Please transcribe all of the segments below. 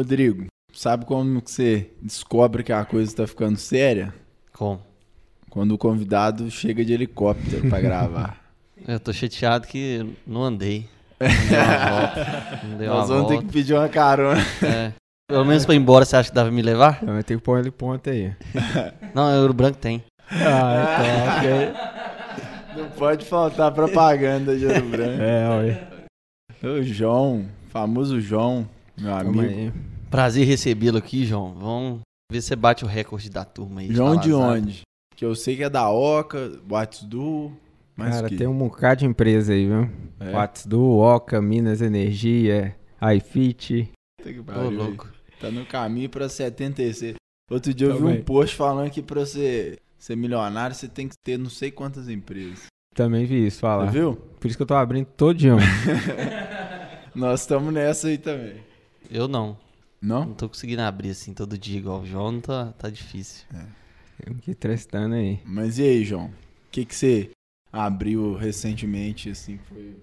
Rodrigo, sabe como que você descobre que a coisa tá ficando séria? Como? Quando o convidado chega de helicóptero pra gravar. Eu tô chateado que não andei. Não dei uma volta. Não dei uma Nós vamos volta. ter que pedir uma carona. É. Pelo menos pra ir embora, você acha que dava pra me levar? Não, vai ter Então, que pôr ele ponto aí. Não, Euro Branco tem. Ah, então, ok. Não pode faltar propaganda de Ouro Branco. É, ué. O João, famoso João, meu Calma amigo. aí. Prazer recebê-lo aqui, João. Vamos ver se você bate o recorde da turma aí. tá João falar de nada. onde? Que eu sei que é da Oca, Batsdu, mas Cara, que... tem um bocado de empresa aí, viu? É? Whats do Oca, Minas Energia, iFit. Puta que Ô, pariu, louco. Tá no caminho pra 76. Outro dia eu vi Também. um post falando que pra você ser milionário, você tem que ter não sei quantas empresas. Também vi isso Você falar. viu? Por isso que eu tô abrindo todo dia. mano. Nós estamos nessa aí também. Eu não. Não? Não tô conseguindo abrir assim todo dia igual o João, tá, tá difícil. que trestando aí. Mas e aí, João? O que, que você abriu recentemente, assim, foi...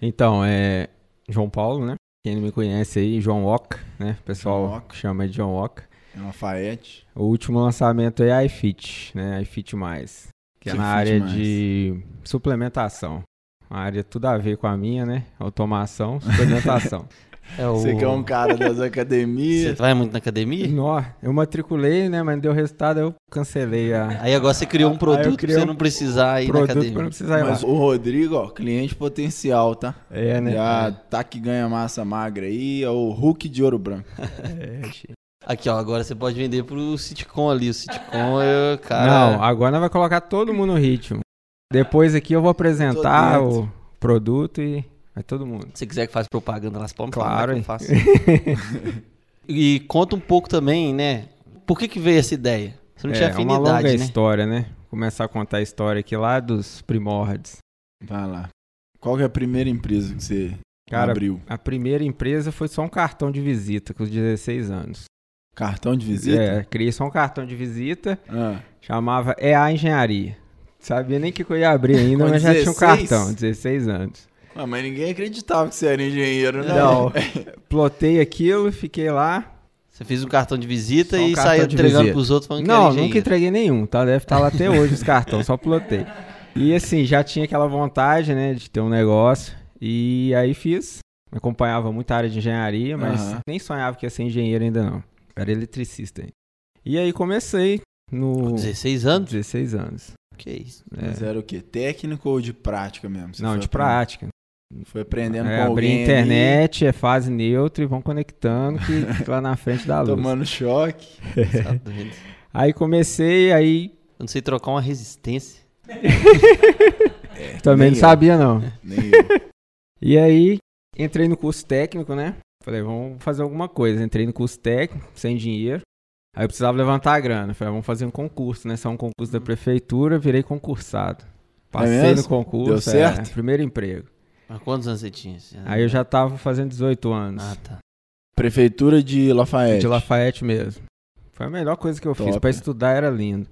Então, é. João Paulo, né? Quem não me conhece aí, João Oca, né? O João pessoal Oca. chama de João Oca. É uma faete? O último lançamento é iFit, né? iFit Mais, que é Que na fit área mais? de suplementação. Uma área tudo a ver com a minha, né? Automação, suplementação. É o... Você que é um cara das Você academias... vai muito na academia? Nó, eu matriculei, né? Mas não deu resultado, eu cancelei a Aí agora você criou um produto pra criei você um não precisar ir na produto pra não academia. precisar ir Mas tá lá. o Rodrigo, ó, cliente potencial, tá? É, né? Já tá que ganha massa magra aí, é o Hulk de ouro branco. É, gente. Aqui, ó, agora você pode vender pro Sitcom ali. O Sitcom é, cara. Não, agora nós vai colocar todo mundo no ritmo. Depois aqui eu vou apresentar Tô o produto e vai todo mundo. Se você quiser que faça propaganda nas palmas, Claro, fala, "Não é que hein?" eu faço. e conta um pouco também, né? Por que, que veio essa ideia? Você não é, tinha é uma longa afinidade, né? história, né? Começar a contar a história aqui lá dos primórdios. Vai lá. Qual que é a primeira empresa que você Cara, abriu? A primeira empresa foi só um cartão de visita com os 16 anos. Cartão de visita? É, criei só um cartão de visita, Ah, chamava EA Engenharia. Sabia nem o que que eu ia abrir ainda, Com mas já tinha um 16? cartão, 16 anos. Ah, mas ninguém acreditava que você era engenheiro, né? Não, plotei aquilo, fiquei lá. Você fez um cartão de visita Só um e cartão saiu de entregando visita. pros outros falando que Não, era nunca engenheiro. entreguei nenhum, tá? Deve estar lá até hoje os cartões, só plotei. E assim, já tinha aquela vontade, né, de ter um negócio. E aí fiz. Acompanhava muita área de engenharia, mas Aham. nem sonhava que ia ser engenheiro ainda não. Era eletricista. ainda. E aí comecei no 16 anos? 16 anos. Que isso? né? Mas era o quê? Técnico ou de prática mesmo? Você Não, foi de aprendendo- prática. Foi aprendendo É, com abri alguém internet, é fase neutra e vão conectando que lá na frente da ali, luz. tomando choque. Tá doido. Aí comecei, aí Eu não sei trocar uma resistência. também É nem eu. não sabia não. Nem eu. E aí, entrei no curso técnico, né? Falei, vamos fazer alguma coisa. Entrei no curso técnico, sem dinheiro. Aí eu precisava levantar a grana. Falei, vamos fazer um concurso, né? Só um concurso da prefeitura, virei concursado. Passei no mesmo? concurso. Deu é, certo? primeiro emprego. Mas quantos anos você tinha? Você- Aí eu já tava fazendo 18 anos. Ah, tá. Prefeitura de Lafayette. De Lafayette mesmo. Foi a melhor coisa que eu fiz. Top. Pra estudar era lindo.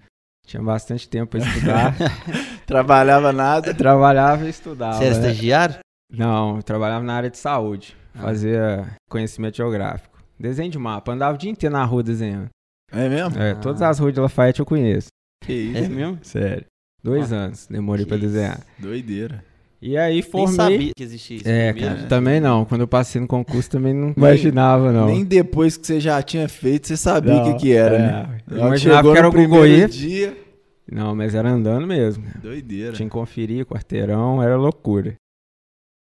Tinha bastante tempo pra estudar. Trabalhava nada. trabalhava e estudava. Você era né? estagiário? Não, eu trabalhava na área de saúde. Ah. Fazia conhecimento geográfico. Desenho de mapa. Andava o dia inteiro na rua desenhando. É mesmo? É, Ah. todas as ruas de Lafayette eu conheço. Que isso. É mesmo? Sério. Dois Ah. anos demorei que pra desenhar. isso. Doideira. E aí Nem formei. sabia que existia isso. É, primeiro, cara, né? também não. Quando eu passei no concurso também não Nem- imaginava, não. Nem depois que você já tinha feito, você sabia o Não, que, que era, é. né? Eu Na hora imaginava chegou que era no o Google primeiro Earth. dia. Não, mas era andando mesmo. Doideira. Tinha que conferir, quarteirão, era loucura.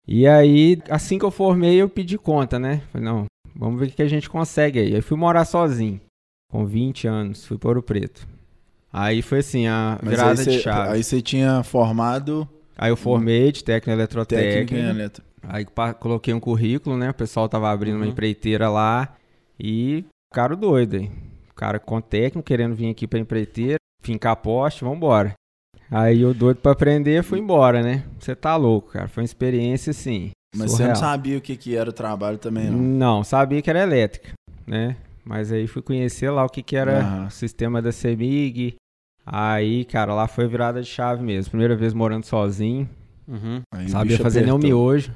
E aí, assim que eu formei, eu pedi conta, né? Falei, não, vamos ver o que a gente consegue aí. Aí fui morar sozinho, com 20 anos, fui para Ouro Preto. Aí foi assim, a Mas virada aí de você, chave. Aí, Aí você tinha formado eu formei de técnico eletrotécnico. técnico em eletro. Aí pa- coloquei um currículo, né? O pessoal tava abrindo uma Uhum. empreiteira lá e ficaram doido aí. O cara com técnico querendo vir aqui pra empreiteira, fincar poste, vambora. Aí eu doido pra aprender, fui embora, né? Você tá louco, cara. Foi uma experiência assim. Mas você surreal. não sabia o que, que era o trabalho também, não. Não, sabia que era elétrica, né? Mas aí fui conhecer lá o que, que era Aham. o sistema da CEMIG. Aí, cara, lá foi virada de chave mesmo. Primeira vez morando sozinho, Uhum. Aí o sabia bicho fazer nem um Ah, o apertou. miojo.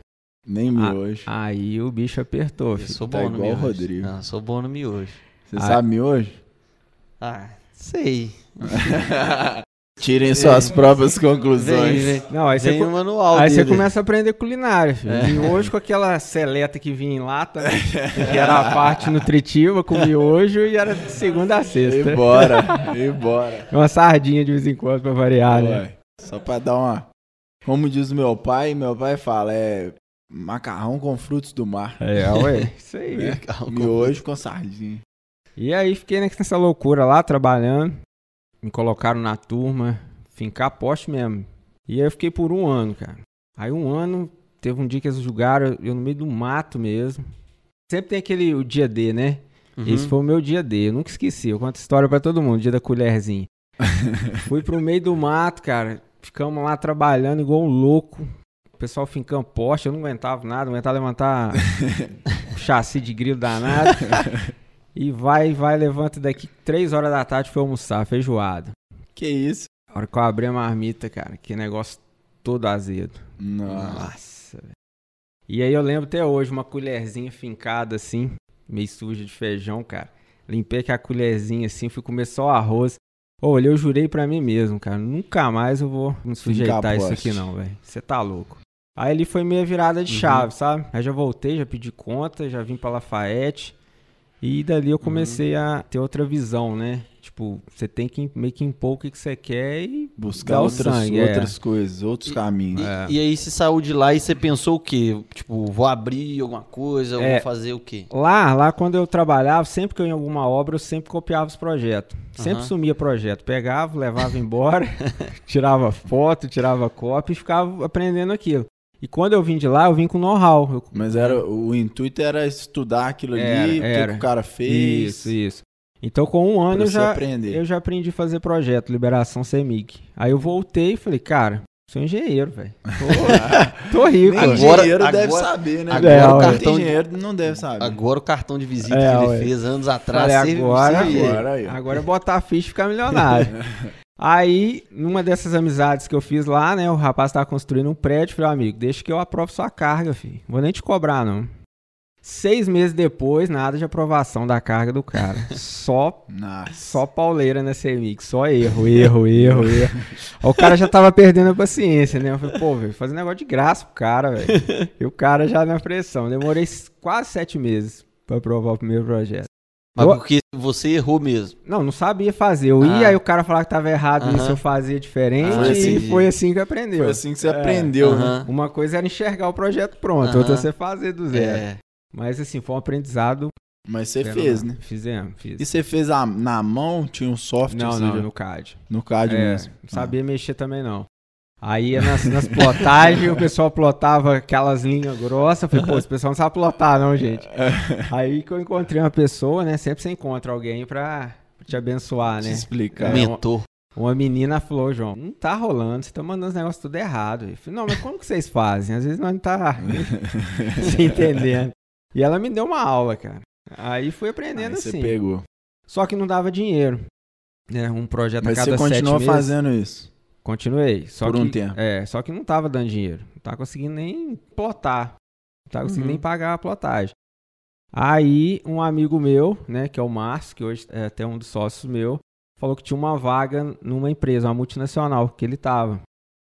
Nem miojo. Aí o bicho apertou, Eu filho. sou tá bom no né? igual o miojo. Rodrigo. Não, eu sou bom no miojo. Você Ah. sabe miojo? Ah, sei. Tirem suas próprias Vem, conclusões. vem. Não, aí você, Vem co- o manual aí você dele. É. começa a aprender culinária, filho. Miojo com aquela seleta que vinha em lata, né? que era a parte nutritiva, com miojo e era de segunda a sexta. Embora, embora. Uma sardinha de vez em quando pra variar, né? Ué, Só pra dar uma. Como diz meu pai, meu pai fala, é macarrão com frutos do mar. É, ué. Isso aí. Calma. Miojo com sardinha. E aí fiquei nessa loucura lá, trabalhando. Me colocaram na turma, fincar poste mesmo. E aí eu fiquei por um ano, cara. Aí um ano, teve um dia que eles julgaram eu no meio do mato mesmo. Sempre tem aquele o dia D, né? Uhum. Esse foi o meu dia D, eu nunca esqueci. Eu conto história pra todo mundo, dia da colherzinha. Fui pro meio do mato, cara. Ficamos lá trabalhando igual um louco. O pessoal fincando poste, eu não aguentava nada, não aguentava levantar um chassi de grilo danado. E vai, vai, levanta daqui. Três horas da tarde foi almoçar, feijoada. Que isso? A hora que eu abri a marmita, cara, que negócio todo azedo. Ah, Nossa. Nossa, velho. E aí eu lembro até hoje, uma colherzinha fincada assim, meio suja de feijão, cara. Limpei aquela colherzinha assim, fui comer só o arroz. Olha, eu jurei pra mim mesmo, cara. Nunca mais eu vou me sujeitar a isso poste. aqui não, velho. Você tá louco. Aí ali foi meia virada de chave, sabe? Aí já voltei, já pedi conta, já vim pra Lafayette. E dali eu comecei a ter outra visão, né? Tipo, você tem que meio que impor o que que você quer e Buscar Dá o outras, sangue, é. outras coisas, outros caminhos. E, e aí você saiu de lá e você pensou o quê? Tipo, vou abrir alguma coisa, É. vou fazer o quê? Lá, lá quando eu trabalhava, sempre que eu ia em alguma obra, eu sempre copiava os projetos. Sempre Aham. sumia projeto. Pegava, levava embora, tirava foto, tirava cópia e ficava aprendendo aquilo. E quando eu vim de lá, eu vim com know-how. Eu- Mas era, o intuito era estudar aquilo É. Era, ali, o que que era. o cara fez. Isso, isso. Então, com um ano, Pra eu você já, aprender. eu já aprendi a fazer projeto, liberação CEMIG. Aí eu voltei e falei, cara, sou engenheiro, velho. Tô, tô rico. Nem Agora- engenheiro agora- deve saber, né? agora velho? o Quem tem cartão de- engenheiro não deve saber. Agora o cartão de visita É, que ele ué. fez anos atrás. Falei, você- agora, você- Agora aí. ó. Agora é botar a ficha e ficar milionário. Aí, numa dessas amizades que eu fiz lá, né? O rapaz tava construindo um prédio. Falei, amigo, deixa que eu aprovo sua carga, filho. Vou nem te cobrar, não. Seis meses depois, nada de aprovação da carga do cara. Só Nossa. só pauleira nessa remix, só erro, erro, erro, erro. Aí o cara já tava perdendo a paciência, né? Eu falei, pô, velho, fazer negócio de graça pro cara, velho. E o cara já na pressão. Demorei s- quase sete meses pra aprovar o primeiro projeto. Mas Eu- porque você errou mesmo. Não, não sabia fazer. Eu ia, Ah. aí o cara falava que tava errado Aham. isso, eu fazia diferente. Ah, e entendi. foi assim que aprendeu. Foi assim que você aprendeu, né? Aham. Uma coisa era enxergar o projeto pronto, Aham. outra você fazer do zero. É. Mas assim, foi um aprendizado. Mas você fez, né? Fizemos, fiz. E você fez a- na mão? Tinha um software Não, você não, já- no CAD. no CAD É, mesmo. Ah. Não sabia mexer também não. Aí ia nas, nas plotagens, o pessoal plotava aquelas linhas grossas. Eu falei, pô, esse pessoal não sabe plotar, não, gente. É. Aí que eu encontrei uma pessoa, né? Sempre você encontra alguém pra te abençoar, Ah, te né? explicar. É. Mentor. Uma menina falou, João, não tá rolando, você tá mandando os negócios tudo errado. Eu falei, não, mas como que vocês fazem? Às vezes nós não tá se entendendo. E ela me deu uma aula, cara. Aí fui aprendendo Aí você assim. pegou. Só que não dava dinheiro. Né? Um projeto Mas a cada você continua sete meses. fazendo isso. Continuei. Só Por que, um tempo. É, só que não tava dando dinheiro. Não tava conseguindo nem plotar. Não tava conseguindo Uhum. nem pagar a plotagem. Aí, um amigo meu, né, que é o Márcio, que hoje é até um dos sócios meu, falou que tinha uma vaga numa empresa, uma multinacional, que ele tava.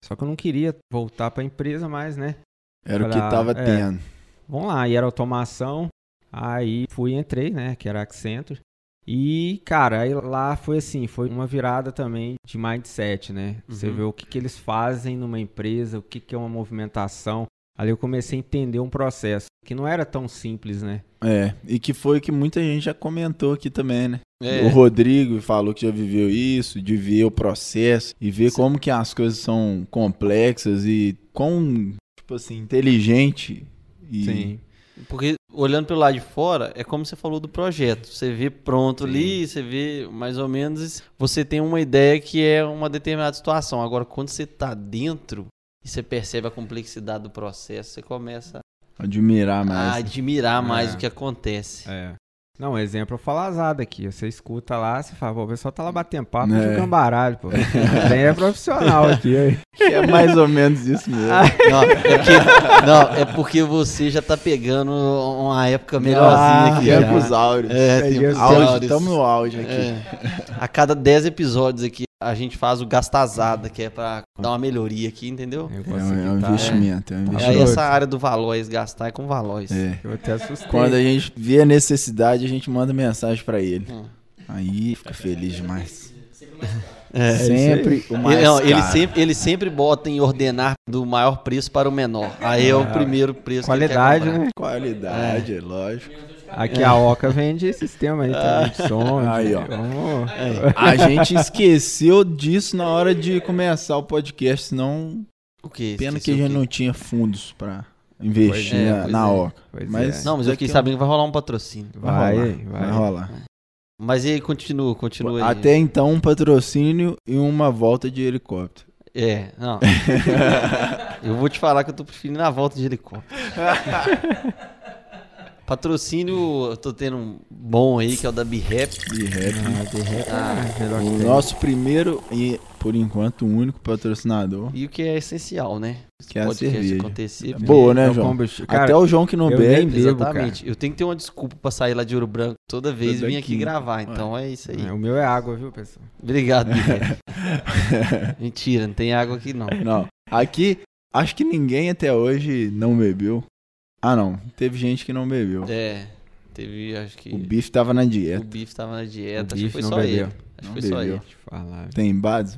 Só que eu não queria voltar pra empresa mais, né? Era o que Pra- tava é. tendo. Vamos lá, e era automação. Aí fui e entrei, né? Que era Accenture. E, cara, aí lá foi assim, foi uma virada também de mindset, né? Você Uhum. vê o que, que eles fazem numa empresa, o que, que é uma movimentação. Ali eu comecei a entender um processo que não era tão simples, né? É. E que foi o que muita gente já comentou aqui também, né? É. O Rodrigo falou que já viveu isso, de ver o processo e ver Sim. como que as coisas são complexas e quão, tipo assim, inteligente e Porque olhando pelo lado de fora, é como você falou do projeto. Você vê pronto ali, você vê mais ou menos, você tem uma ideia que é uma determinada situação. Agora, quando você tá dentro e você percebe a complexidade do processo, você começa admirar a mais. admirar mais É. o que acontece. É. Não, exemplo é o Falazada aqui. Você escuta lá, você fala, pô, o pessoal tá lá batendo papo, Né. jogando baralho, pô. Bem é profissional aqui, aí. É mais ou menos isso mesmo. Não, é porque, não, é porque você já tá pegando uma época melhorzinha Ah, aqui. Aqui é já. pros áureos. É, tem tempos auge, áureos. estamos no auge aqui. É. A cada 10 episódios aqui, a gente faz o gastazada, que é pra dar uma melhoria aqui, entendeu? Hum. Eu É gosto um, é um que tá- investimento, é um Tá É investimento. doido. essa área do Valois, gastar é com Valois. É. Eu até assustei. Quando a gente vê a necessidade, a gente manda mensagem pra ele. Hum. Aí fica feliz demais. É. sempre o mais Ele, não, ele, caro. sempre, ele sempre bota em ordenar do maior preço para o menor. Aí Ah, é o primeiro preço Qualidade, que ele quer né? É. Qualidade, lógico. Aqui a Oca vende esse sistema aí também de som. de- Aí, ó. Vamos- comprar. É. A gente esqueceu disso na hora de começar o podcast, senão O quê? pena que Esqueci a o gente quê? não tinha fundos pra investir Pois é, na, pois na é. Oca. Pois Mas- é. Não, mas eu fiquei sabendo que vai rolar um patrocínio. Vai, rolar, vai. Vai rolar. Mas e aí, continua, continua aí. Até então, um patrocínio e uma volta de helicóptero. É, não. eu vou te falar que eu tô preferindo a volta de helicóptero. Patrocínio, eu tô tendo um bom aí, que é o da B-Rap. E rap. Ah, de resto, é Ah, melhor que o tem. nosso primeiro e, por enquanto, o único patrocinador, E o que é essencial, né? Esse que é a podcast cerveja. acontecer. É porque- boa, né, É o João? combustível. Até Cara, o João que não eu bebe. nem bebo, Exatamente. Eu tenho que ter uma desculpa pra sair lá de Ouro Branco toda vez e Tô vir aqui daqui. gravar. Então é isso aí. é, o meu é água, viu, pessoal? Obrigado, B-Rap. Mentira, não tem água aqui não. Não. Aqui, acho que ninguém até hoje não bebeu. Ah, não. Teve gente que não bebeu. É, teve, acho que. O bife tava na O dieta. Biff tava na dieta, acho O que Biff foi não só bebeu. ele. Acho Não que foi só bebeu. ele. Deixa eu falar. Tem base?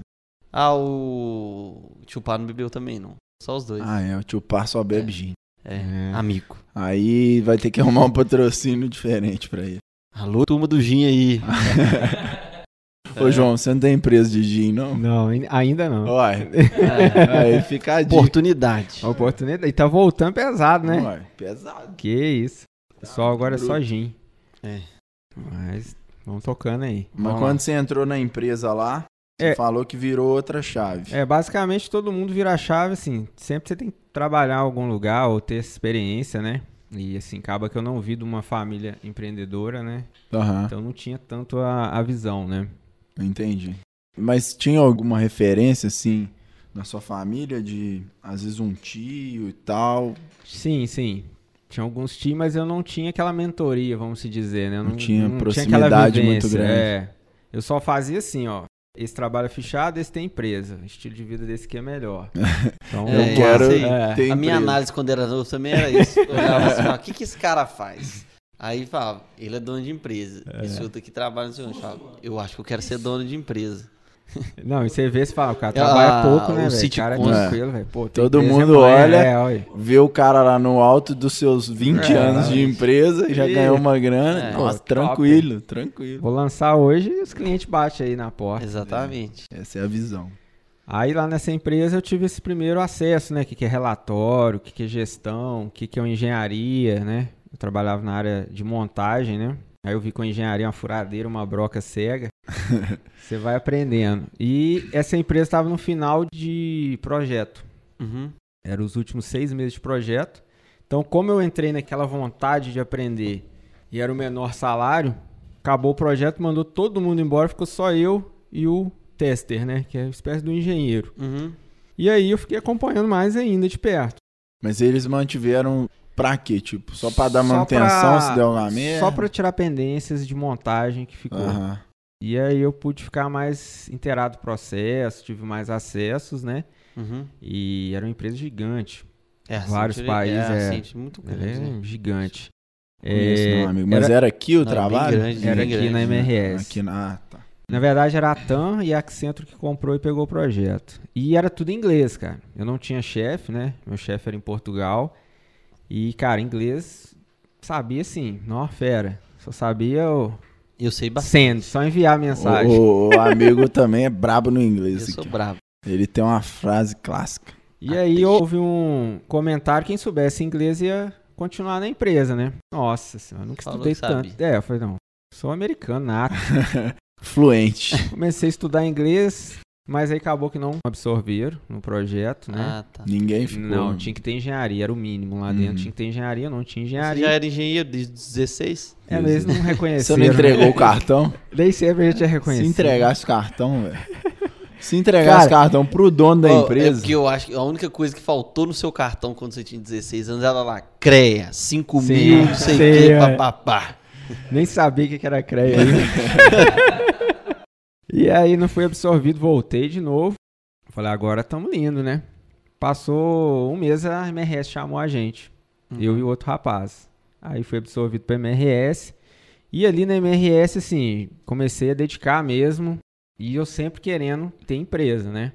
Ah, o Tio Pá não bebeu também, não. Só os dois. Ah, é. O tio Par só bebe É. gin. é. É. Amigo. Aí vai ter que arrumar um patrocínio diferente pra ele. Alô, turma do Gin aí. É. Ô, João, você não tem empresa de gin, não? Não, ai- ainda não. Uai. É. Aí fica a dica. Oportunidade. A oportunidade. E tá voltando pesado, né? Uai, pesado. Que isso. Pessoal, agora é só gin. É. Mas vamos tocando aí. Mas Vamos quando lá. você entrou na empresa lá, você É. falou que virou outra chave. É, basicamente todo mundo vira a chave, assim. Sempre você tem que trabalhar em algum lugar ou ter essa experiência, né? E assim, acaba que eu não vi de uma família empreendedora, né? Aham, Então não tinha tanto a, a visão, né? entendi. Mas tinha alguma referência, assim, na sua família de, às vezes, um tio e tal? Sim, sim. Tinha alguns times, mas eu não tinha aquela mentoria, vamos se dizer, né? Eu Não tinha aquela proximidade muito vivência, grande. É. Eu só fazia assim, ó. Esse trabalho é fechado, esse tem empresa. Estilo de vida desse aqui é melhor. Então, É, eu quero isso aí. ter A minha empresa. análise quando era novo também era isso. Eu olhava assim, ó, o que, que esse cara faz? Aí falava, ele é dono de empresa. Esse outro aqui trabalha no seu falava, Eu acho que eu quero ser dono de empresa. Não, e você vê, você fala, o cara trabalha Ah, pouco, o né, velho? O sítio cara é com- tranquilo, velho. Pô, tem Todo empresa, mundo é bom, olha. É, olha. Vê o cara lá no alto dos seus 20 É, anos de exatamente. empresa, já Ih, ganhou uma grana. é. Nossa, Pô, tranquilo, tranquilo. Vou lançar hoje e os clientes batem aí na porta. Exatamente. Essa é a visão. Aí lá nessa empresa eu tive esse primeiro acesso, né? O que, que é relatório, o que, que é gestão, o que, que é uma engenharia, né? Eu trabalhava na área de montagem, né? Aí eu vi com a engenharia é uma furadeira, uma broca cega. Você vai aprendendo. E essa empresa estava no final de projeto. Uhum. Eram os últimos seis meses de projeto. Então, como eu entrei naquela vontade de aprender e era o menor salário, acabou o projeto, mandou todo mundo embora, ficou só eu e o tester, né? Que é uma espécie do engenheiro. Uhum. E aí eu fiquei acompanhando mais ainda de perto. Mas eles mantiveram pra quê? Tipo, só pra dar Só manutenção pra- se der uma merda? Só pra tirar pendências de montagem que ficou. Ah, Aham. E aí eu pude ficar mais inteirado do processo, tive mais acessos, né? Uhum. E era uma empresa gigante. É, Vários Accenture- países, é. É, Accenture muito Ela grande, né? é gigante. Conheço É, não, amigo. Mas era- era, aqui o Não, é bem trabalho? grande, bem era aqui grande, na né? MRS. Aqui na. Ah, tá. Na verdade, era a TAM e a Accenture que comprou e pegou o projeto. E era tudo em inglês, cara. Eu não tinha chefe, né? Meu chefe era em Portugal. E, cara, inglês sabia assim, não fera. Só sabia o Eu sei bastante. send, só enviar mensagem. O, o amigo também é brabo no Eu inglês. sou aqui. bravo. Ele tem uma frase clássica. E aí houve um comentário, quem soubesse inglês ia continuar na empresa, né? Nossa senhora, eu nunca Falou estudei que sabe. tanto. É, eu falei, não, sou americano nato. Fluente. Comecei a estudar inglês, Mas aí acabou que não absorveram no projeto, né? Ah, tá. Ninguém ficou. não, tinha que ter engenharia, era o mínimo lá Uhum. dentro. Tinha que ter engenharia, não tinha Você engenharia. já é era engenheiro desde 16? É, mas eles não Você reconheceram. não entregou né? o cartão? Nem sempre a gente é Se reconhecido. entregasse o cartão, velho. Se entregasse o Cara, cartão pro dono da Ó, É empresa. porque eu acho que a única coisa que faltou no seu cartão quando você tinha 16 anos era lá, CREA, 5 Sim, mil, não sei o sei, que, é. papapá. Nem sabia o que que era CREA ainda. e aí não fui absorvido, voltei de novo. Falei, agora estamos lindo, né? Passou um mês, a MRS chamou a gente. Eu e o outro rapaz. Aí fui absorvido para MRS. E ali na MRS, assim, comecei a dedicar mesmo. E eu sempre querendo ter empresa, né?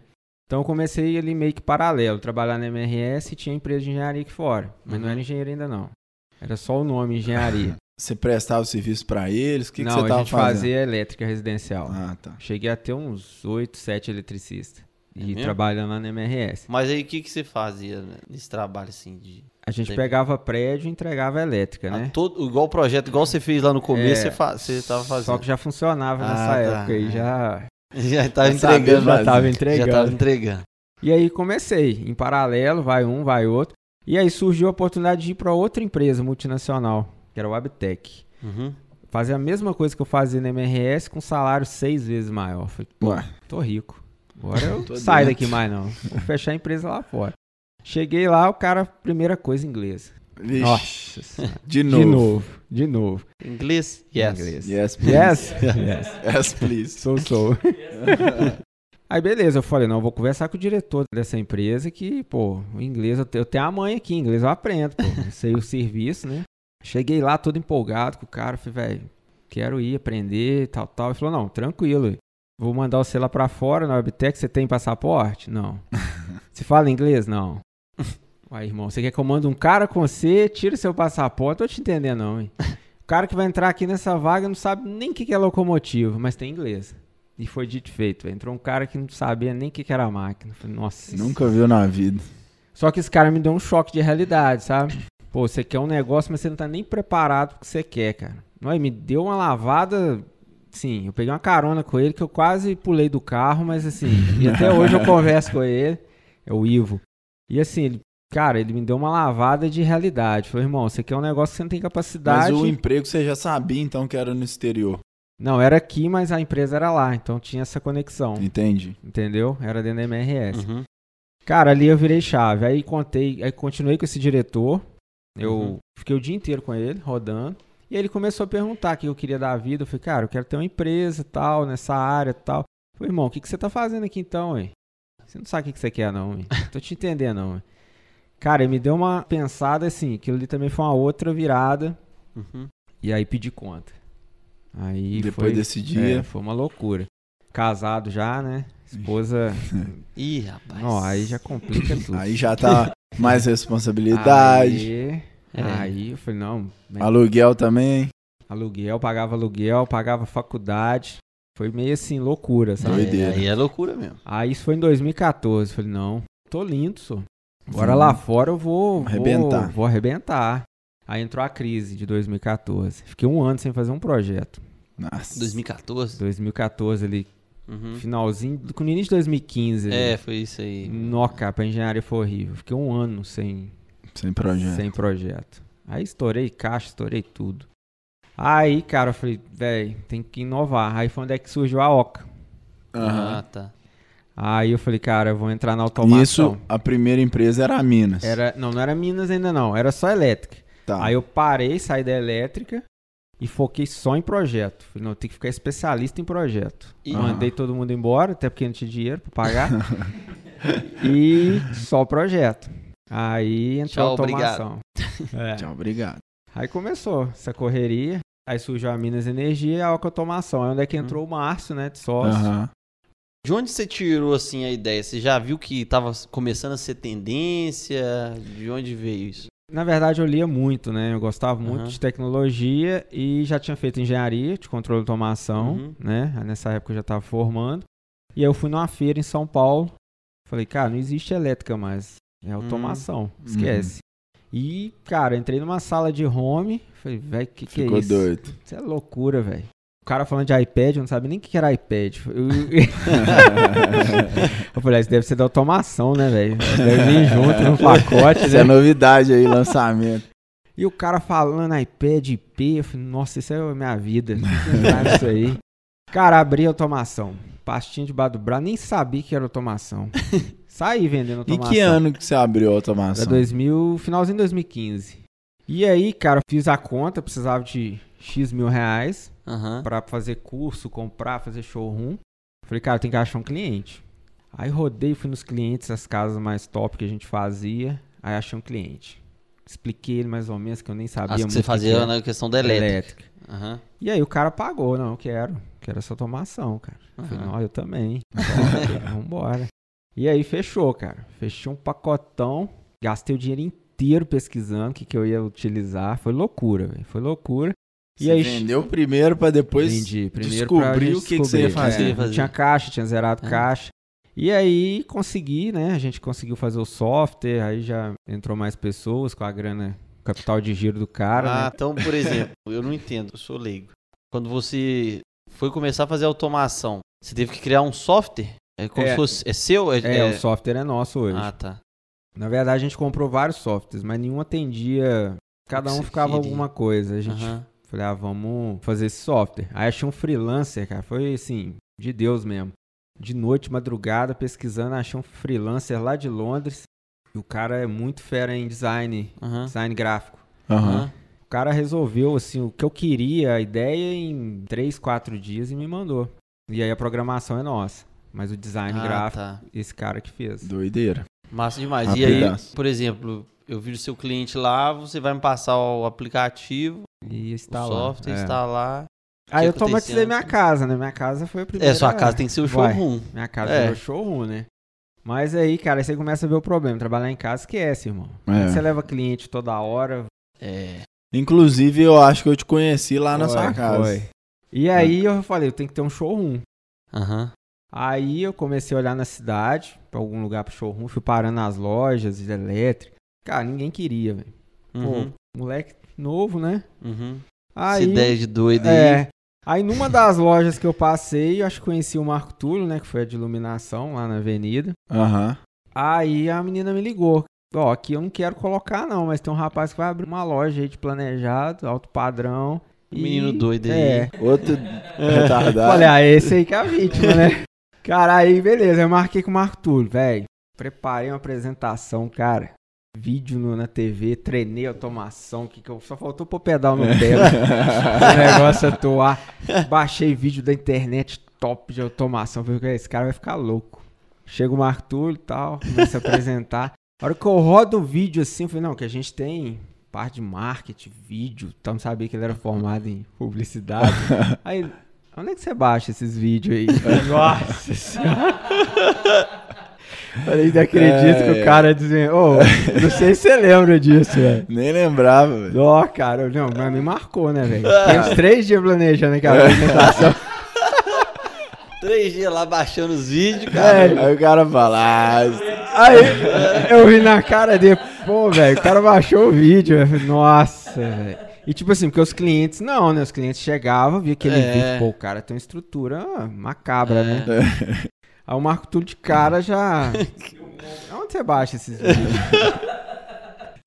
Então eu comecei ali meio que paralelo, trabalhar na MRS e tinha empresa de engenharia aqui fora. Mas não Uhum. era engenheiro ainda não. Era só o nome engenharia. Você prestava o serviço pra eles? O que, que não, você a tava gente fazendo? fazia elétrica residencial. Ah, tá. Cheguei a ter uns 8, 7 eletricistas. E É mesmo? trabalhando lá na MRS. Mas aí o que, que você fazia né, nesse trabalho assim? De... A gente Entendi. pegava prédio e entregava elétrica, a né? todo, igual o projeto, igual você fez lá no começo, você, É, fa... Ah, você tava Só que fazendo. já funcionava Ah, nessa tá. época aí, já, Já tava Já sabia entregando. fazer. Já já tava tá né? entregando. tava entregando. E aí comecei, em paralelo, vai um, vai outro. E aí surgiu a oportunidade de ir para outra empresa multinacional, que era o Abtec. Uhum. Fazer a mesma coisa que eu fazia na MRS com salário seis vezes maior. Falei, pô, Ué. tô rico. Agora eu Tô saio dentro. daqui mais não. Vou fechar a empresa lá fora. Cheguei lá, o cara, primeira coisa, inglês. Vixe, Nossa Senhora. de De novo. novo, de novo. Inglês? Yes. Inglês. Yes, please. Yes? yes. Yes, please. Sou, sou. Aí beleza, eu falei, não, eu vou conversar com o diretor dessa empresa que, pô, o inglês, eu te- eu tenho a mãe aqui, inglês eu aprendo, pô, sei o serviço, né? Cheguei lá todo empolgado com o cara, falei, velho, quero ir aprender, tal, tal. Ele falou, não, tranquilo, vou mandar você lá pra fora na Webtec, você tem passaporte? Não. Você fala inglês? Não. Aí, irmão, você quer que eu mande um cara com você, tira seu passaporte? Não tô te entendendo não, hein? O cara que vai entrar aqui nessa vaga não sabe nem o que que é locomotivo, mas tem inglês. E foi dito e feito. velho. Entrou um cara que não sabia nem o que que era a máquina. Falei, nossa. isso- Nunca viu na vida. Só que esse cara me deu um choque de realidade, sabe? Pô, você quer um negócio, mas você não tá nem preparado pro que você quer, cara. Não, me deu uma lavada. Sim, eu peguei uma carona com ele que eu quase pulei do carro, mas assim, e até hoje eu converso com ele, é o Ivo. E assim, ele, cara, ele me deu uma lavada de realidade. Falei, irmão, você quer um negócio que você não tem Mas capacidade. o emprego você já sabia, então, que era no exterior. Não, era aqui, mas a empresa era lá, então tinha essa conexão, Entende? entendeu? Era dentro da MRS. Uhum. Cara, ali eu virei chave. Aí contei, aí continuei com esse diretor. Eu Uhum. fiquei o dia inteiro com ele, rodando. E ele começou a perguntar o que eu queria da vida. Eu falei, cara, eu quero ter uma empresa e tal, nessa área e tal. Eu falei, irmão, o que, que você tá fazendo aqui então, hein? Você não sabe o que, que você quer, não, hein? Tô te entendendo, não, hein? Cara, ele me deu uma pensada assim, aquilo ali também foi uma outra virada. Uhum. E aí pedi conta. Aí Depois foi, desse é, dia. foi uma loucura. Casado já, né? Esposa. Ih, rapaz. Não, aí já complica tudo. Aí já tá mais responsabilidade. Aí, É. aí eu falei, não, né, Aluguel também. aluguel, pagava aluguel, pagava faculdade. Foi meio assim, loucura, sabe? Doido. doideira. É, aí é loucura mesmo. Aí isso foi em 2014. Eu Falei, não, tô lindo, só. Agora lá fora eu vou, vou Arrebentar. Vou arrebentar. Aí entrou a crise de 2014. Fiquei um ano sem fazer um projeto. Nossa. 2014? 2014 ali, Uhum. finalzinho, com o início de 2015. ali. É, foi isso aí. Nó, cara, pra engenharia foi horrível. Fiquei um ano sem, Sem projeto. Sem projeto. Aí estourei caixa, estourei tudo. Aí, cara, eu falei, velho, tem que inovar. Aí foi onde é que surgiu a Oca. Aham. Ah, tá. Aí eu falei, cara, eu vou entrar na E automação. Isso, a primeira empresa era a Minas. Era, não, não era Minas ainda não, era só elétrica. Tá. Aí eu parei, saí da elétrica e foquei só em projeto. Falei, não, tem que ficar especialista em projeto. Ah. E- Mandei todo mundo embora, até porque não tinha dinheiro pra pagar. e só projeto. Aí entrou a Tchau, obrigado. automação. É. Tchau, obrigado. Aí começou essa correria. Aí surgiu a Minas Energia e a Oca Automação. Aí onde é que entrou o Márcio, né, de sócio. Aham. De onde você tirou assim a ideia? Você já viu que tava começando a ser tendência? De onde veio isso? Na verdade, eu lia muito, né? Eu gostava muito Aham. de tecnologia e já tinha feito engenharia de controle de automação, Uhum. né? Aí Nessa época eu já estava formando. E aí eu fui numa feira em São Paulo. Falei, cara, não existe elétrica mais. É Hum. automação. Uhum. Esquece. E, cara, eu entrei numa sala de home. Falei, velho, que que é Ficou isso? doido. Isso é loucura, velho. O cara falando de iPad, eu não sabia nem o que era iPad. Eu, eu falei, ah, isso deve ser da automação, né, velho? Deve vir junto no pacote, Essa é né? novidade aí, lançamento. E o cara falando "Ah, iPad IP, eu falei, nossa, isso é a minha vida. Cara, isso aí. Cara, abri automação. Pastinha de do braço, nem sabia que era automação. Saí vendendo E automação. que ano que você abriu a Era automação? 2000, finalzinho de 2015. E aí, cara, eu fiz a conta, precisava de X mil reais Aham. pra fazer curso, comprar, fazer showroom. Falei, cara, tem que achar um cliente. Aí rodei, fui nos clientes, as casas mais top que a gente fazia. Aí achei um cliente. Expliquei ele mais ou menos, que eu nem sabia Acho que muito. você o fazia era. na questão da elétrica. Elétrica. Aham. E aí o cara pagou, não, eu quero. Quero essa automação, cara. Eu Falei, Aham. não, eu também. Top, Vambora. E aí fechou, cara. Fechou um pacotão. Gastei o dinheiro inteiro pesquisando o que, que eu ia utilizar. Foi loucura, velho. Foi loucura. E Você aí vendeu primeiro pra depois Entendi. Primeiro descobrir pra gente o que, que você ia descobrir. fazer. É. Não Tinha caixa, tinha zerado É. caixa. E aí consegui, né? A gente conseguiu fazer o software, aí já entrou mais pessoas com a grana, capital de giro do cara, ah, né? então, por exemplo, eu não entendo, eu sou leigo. Quando você foi começar a fazer automação, você teve que criar um software? É como É. se fosse. É seu? É, o software é nosso hoje. Ah, tá. Na verdade, a gente comprou vários softwares, mas nenhum atendia. Cada que um você ficava queria. alguma coisa. A gente Aham. falei, ah, vamos fazer esse software. Aí achei um freelancer, cara. Foi assim, de Deus mesmo. De noite, madrugada, pesquisando, achei um freelancer lá de Londres. E o cara é muito fera em design Aham. design gráfico. Aham. Aham. O cara resolveu assim o que eu queria, a ideia em 3, 4 dias e me mandou. E aí a programação é nossa, mas o design Ah, gráfico tá. esse cara que fez. Doideira. Massa demais. E aí, Rapidaço. por exemplo, eu viro seu cliente lá, você vai me passar o aplicativo, E está o lá. software, é. instalar. Aí eu aconteceu automatizei antes? minha casa, né? Minha casa foi a primeira. É, sua casa tem que ser o Vai. showroom. Minha casa É. é. o showroom, né? Mas aí, cara, aí você começa a ver o problema. Trabalhar em casa esquece, irmão. É. Você leva cliente toda hora. É. Inclusive, eu acho que eu te conheci lá na Foi, sua casa. foi. E aí eu falei, eu tenho que ter um showroom. Aham. Aí eu comecei a olhar na cidade, pra algum lugar pro showroom, fui parando nas lojas de elétrica. Cara, ninguém queria, velho. Uhum. Moleque novo, né? Uhum. Aí, Essa ideia de doido aí. é, aí numa das lojas que eu passei, eu acho que conheci o Marco Túlio, né? Que foi a de iluminação lá na avenida. Aham. Aí a menina me ligou. Ó, aqui eu não quero colocar não, mas tem um rapaz que vai abrir uma loja aí de planejado, alto padrão. O menino e- doido aí. É, Outro retardado. Falei, ah, esse aí que é a vítima, né? cara, aí beleza, eu marquei com o Marco Túlio, velho. Preparei uma apresentação, cara. Vídeo no- na TV, treinei automação, que, que eu só faltou pôr pedal É. no pé. né? o negócio atuar. Baixei vídeo da internet top de automação. Falei, "Cara, esse cara vai ficar louco. Chega o Marco Túlio e tal, começa a apresentar. A hora que eu rodo o vídeo assim, eu falei, não, que a gente tem parte de marketing, vídeo, então não sabia que ele era formado em publicidade. Aí, onde é que você baixa esses vídeos aí? Nossa senhora. Falei, não acredito que É. o cara dizendo, ô, não sei se você lembra disso, velho. Nem lembrava, velho. Ó, cara, eu- não, mas me marcou, né, velho? Fiquei uns três dias planejando né, aquela apresentação. Três dias lá baixando os vídeos, cara. É, Aí o cara fala, ah, isso- Aí eu vi na cara dele, pô, velho, o cara baixou o vídeo. Eu falei, Nossa, velho. E tipo assim, porque os clientes, não, né? Os clientes chegavam, via aquele É. vídeo, pô, o cara tem uma estrutura macabra, né? Aí o Marco Túlio de cara já. Onde você baixa esses vídeos?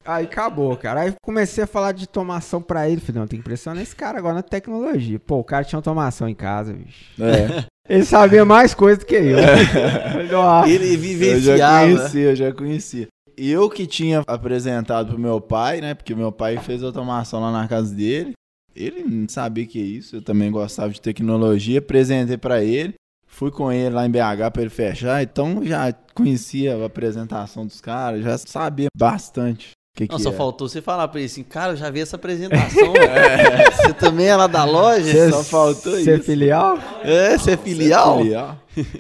Aí acabou, cara. Aí comecei a falar de automação pra ele. Falei, não, tem que pressionar esse cara agora na tecnologia. Pô, o cara tinha automação em casa, bicho. é, Ele sabia mais coisa do que eu. Falei, nossa. Ele eu já vivenciava. conhecia, eu já conhecia. Eu que tinha apresentado pro meu pai, né? Porque meu pai fez automação lá na casa dele. Ele não sabia que é isso, eu também gostava de tecnologia, apresentei pra ele. Fui com ele lá em BH pra ele fechar, então já conhecia a apresentação dos caras, já sabia bastante o que, Não, que só é. era. faltou você falar pra ele assim, cara, eu já vi essa apresentação. Você também é lá da loja? Cê- Só faltou Ser isso. filial? É, você é filial? Filial.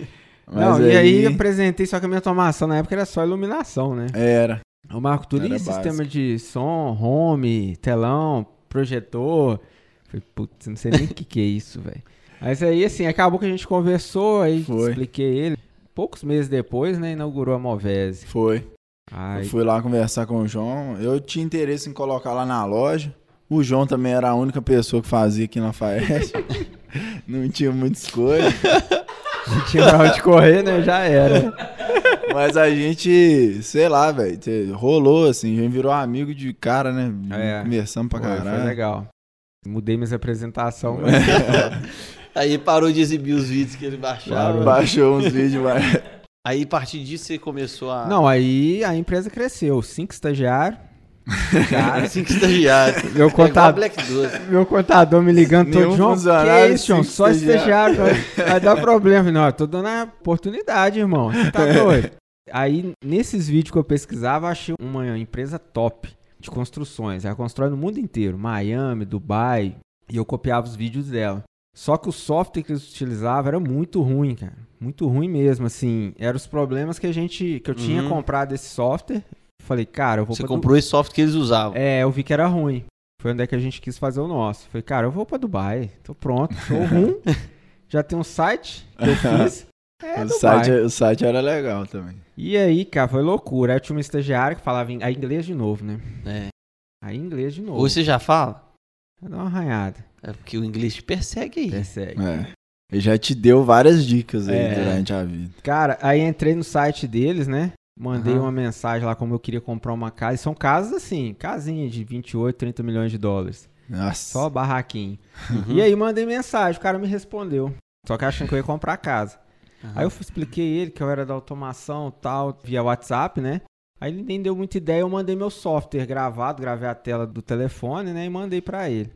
Não, Mas e aí eu apresentei, só que a minha automação na época era só iluminação, né? Era. O Marco Túlio, Era e sistema básico. de som, home, telão, projetor. Falei, putz, não sei nem o que, que é isso, velho. Mas aí, assim, acabou que a gente conversou, aí Foi. expliquei ele. Poucos meses depois, né, inaugurou a Movese. Foi. Eu Aí, fui lá conversar com o João. Eu tinha interesse em colocar lá na loja. O João também era a única pessoa que fazia aqui na Faeste. não tinha muita escolha. Não tinha pra onde correr, né? Já era. Mas a gente, sei lá, velho, cê- rolou assim, já virou amigo de cara, né? É. Conversamos pra Foi- caralho. Foi legal. Mudei minhas apresentações. Aí parou de exibir os vídeos que ele baixava. Parou. Baixou uns vídeos, mas. Aí a partir disso você começou a. Não, aí a empresa cresceu. Cinco estagiários. é. cara, cinco estagiários. assim É Meu igual a contador, Black 12. meu contador me ligando todo Nenhum João. Que é funcionário, isso, João? cinco Só estagiário. Vai, vai dar problema. Não, eu tô dando a oportunidade, irmão. Você tá doido? Aí, nesses vídeos que eu pesquisava, achei uma empresa top de construções. Ela constrói no mundo inteiro. Miami, Dubai. E eu copiava os vídeos dela. Só que o software que eles utilizavam era muito ruim, cara. Muito ruim mesmo, assim. Eram os problemas que a gente. que eu tinha Uhum. comprado esse software. Falei, cara, eu vou Você pra Du- comprou esse software que eles usavam. é, eu vi que era ruim. Foi onde é que a gente quis fazer o nosso. Falei, cara, eu vou pra Dubai, tô pronto, sou ruim. Já tem um site que eu fiz. É, o, Dubai. site, o site era legal também. E aí, cara, foi loucura. Aí eu tinha uma estagiária que falava em... aí inglês de novo, né? É. Aí inglês de novo. Ou você já fala? Vai dar uma arranhada. É porque o inglês te persegue aí. Persegue. É. Ele já te deu várias dicas aí É. durante a vida. Cara, aí entrei no site deles, né? Mandei Aham. uma mensagem lá como eu queria comprar uma casa. E são casas assim, casinha de 28, 30 milhões de dólares. Nossa. Só barraquinho. Uhum. E aí mandei mensagem, o cara me respondeu. Só que achando que eu ia comprar a casa. Aham. Aí eu expliquei ele que eu era da automação e tal, via WhatsApp, né? Aí ele nem deu muita ideia, eu mandei meu software gravado, gravei a tela do telefone, né? E mandei pra ele.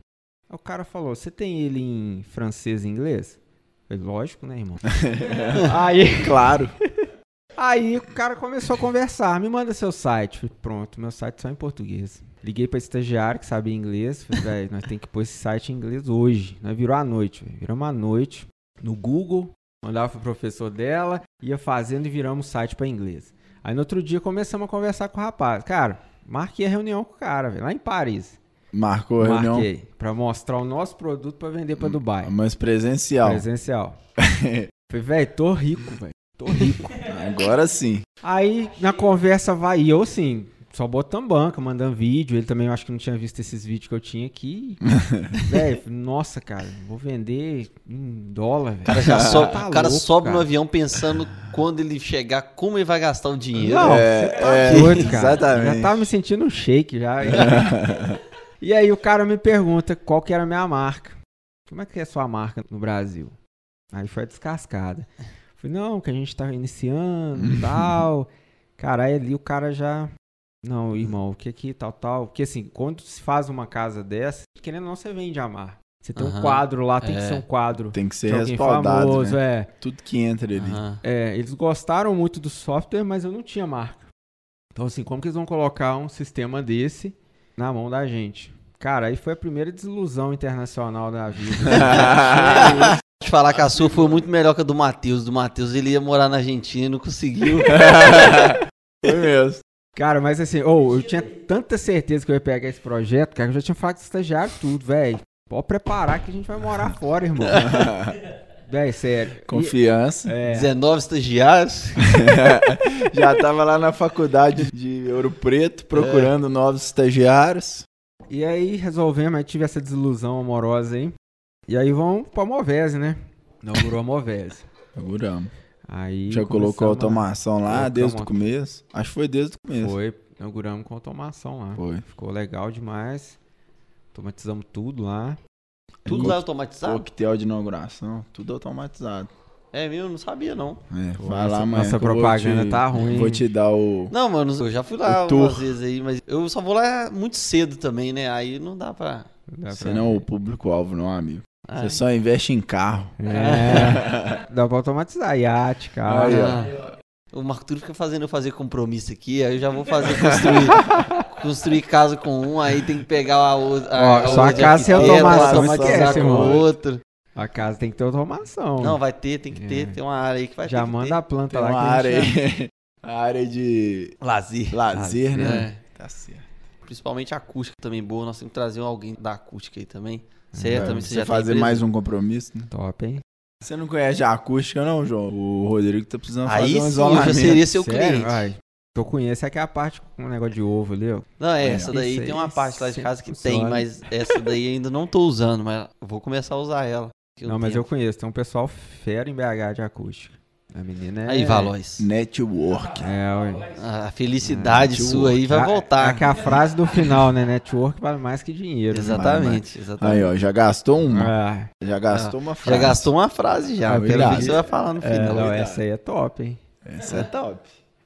Aí o cara falou: Você tem ele em francês e inglês? Eu falei, Lógico, né, irmão? aí, Claro. aí o cara começou a conversar: Me manda seu site. Falei, Pronto, meu site só em português. Liguei pra estagiário que sabia inglês. Falei, velho, nós temos que pôr esse site em inglês hoje. Nós virou à noite, velho. Viramos à noite no Google, mandava pro professor dela, ia fazendo e viramos o site pra inglês. Aí no outro dia começamos a conversar com o rapaz. Cara, marquei a reunião com o cara, velho, lá em Paris. Marcou a reunião. Marquei pra mostrar o nosso produto pra vender pra Dubai. Mas presencial. Presencial. Falei, velho, tô rico, velho. Tô rico. Agora sim. Aí na conversa vai, e eu assim, só botando banca, mandando vídeo. Ele também eu acho que não tinha visto esses vídeos que eu tinha aqui. velho, nossa, cara, vou vender em dólar, velho. O cara, já sobe, Tá o cara louco, sobe no cara. avião pensando quando ele chegar, como ele vai gastar o dinheiro. Não, É, você tá é, doido, cara. exatamente. Já tava me sentindo um shake já. É. e aí o cara me pergunta qual que era a minha marca. Como é que é a sua marca no Brasil? Aí foi a descascada. Falei, não, que a gente tá iniciando e tal. Cara, aí ali o cara já. Não, irmão, o que que tal, tal? Porque assim, quando se faz uma casa dessa, querendo ou não, você vende a marca. Você tem um Aham. quadro lá, tem que É. ser um quadro Tem que ser de alguém respaldado. famoso, né? é. Tudo que entra ali. Aham. É, eles gostaram muito do software, mas eu não tinha marca. Então, assim, como que eles vão colocar um sistema desse na mão da gente? Cara, aí foi a primeira desilusão internacional da vida. Te falar que a sua foi muito melhor que a do Matheus. Do Matheus, ele ia morar na Argentina e não conseguiu. Foi mesmo. Cara, mas assim, ou eu tinha tanta certeza que eu ia pegar esse projeto, cara, que eu já tinha falado com o estagiário tudo, velho. Pode preparar que a gente vai morar fora, irmão. Véi, sério. E- Confiança. é, 19 estagiários. Já tava lá na faculdade de Ouro Preto É. procurando novos estagiários. E aí resolvemos, aí tive essa desilusão amorosa aí. E aí vamos pra Movese, né? Inaugurou a Movese. Seguramos. Aí Já colocou a começamos né? automação lá Colocamos desde a- o começo. Acho que foi desde o a- começo. Foi, inauguramos com automação lá. Foi. Ficou legal demais. Automatizamos tudo lá. Tudo E- lá automatizado? Coquetel de inauguração, tudo automatizado. É meu, não sabia não. É, Pô, vai nossa- lá, mãe. nossa que eu vou propaganda te- tá ruim. Vou te dar o. Não, mano, eu já fui lá O tour. algumas vezes aí, mas eu só vou lá muito cedo também, né? Aí não dá pra. Dá Você não é o público-alvo, não, amigo. Ah, Você só investe em carro. É, dá pra automatizar. Iate, cara. Aí, ó. ah. O Marco Túlio fica fazendo eu fazer compromisso aqui, aí eu já vou fazer construir, construir casa com um, aí tem que pegar a outra. Ó, só a é casa sem automação, automatizar é, esquece, com mano. o outro. A casa tem que ter automação. Não, vai ter, tem que ter, É. tem uma área aí que vai ter. Já que manda a planta Tem lá. uma que a área gente aí. A área de ter. Lazer. lazer, né? né? Tá certo. Principalmente a acústica também boa, nós temos que trazer alguém da acústica aí também. Certo, Vai É, também você É, você já tá tem fazer empresa? mais um compromisso, né? já- Top, hein? Você não conhece a acústica, não, João? O Rodrigo tá precisando Aí fazer um sim, eu isolamento. já seria seu Sério? cliente. Vai. Eu conheço é que é a parte com o negócio de ovo ali, ó. Não, é, É, essa daí isso aí tem uma parte lá de sempre casa que tem, funciona. mas essa daí ainda não tô usando, mas eu vou começar a usar ela. que Não, mas tenho. eu conheço. Tem um pessoal fera em BH de acústica. A menina é. Aí, Valois. Network. É, ué. A felicidade Ah, sua aí vai A- voltar. É que a frase do final, né? Network vale mais que dinheiro. né? Exatamente, exatamente. Aí, ó, já gastou uma. Ah, Já gastou uma Ah, tá. Já frase. gastou uma frase já. É eu quero ver o que verdade. você vai falar no é, final. não, essa aí é top, hein? Essa é top.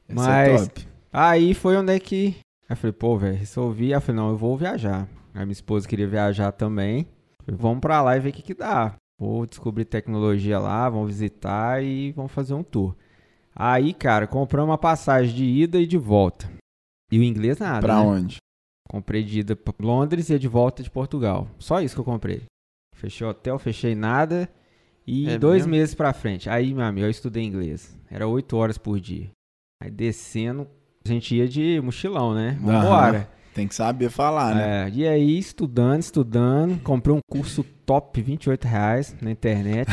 Essa é Mas- top. Aí foi onde é que. Aí eu falei, pô, velho, resolvi. Aí eu falei, não, eu vou viajar. Aí minha esposa queria viajar também. Falei, vamos pra lá e ver o que, que dá. Vou descobrir tecnologia lá, vamos visitar e vamos fazer um tour. Aí, cara, compramos uma passagem de ida e de volta. E o inglês nada. pra né? onde? Comprei de ida pra Londres e de volta de Portugal. Só isso que eu comprei. Fechei hotel, fechei nada. E É dois mesmo? meses pra frente. Aí, meu amigo, eu estudei inglês. Era oito horas por dia. Aí descendo, a gente ia de mochilão, né? Aham. Vambora. Tem que saber falar, né? É, e aí, estudando, estudando. Comprei um curso top, 28 reais na internet.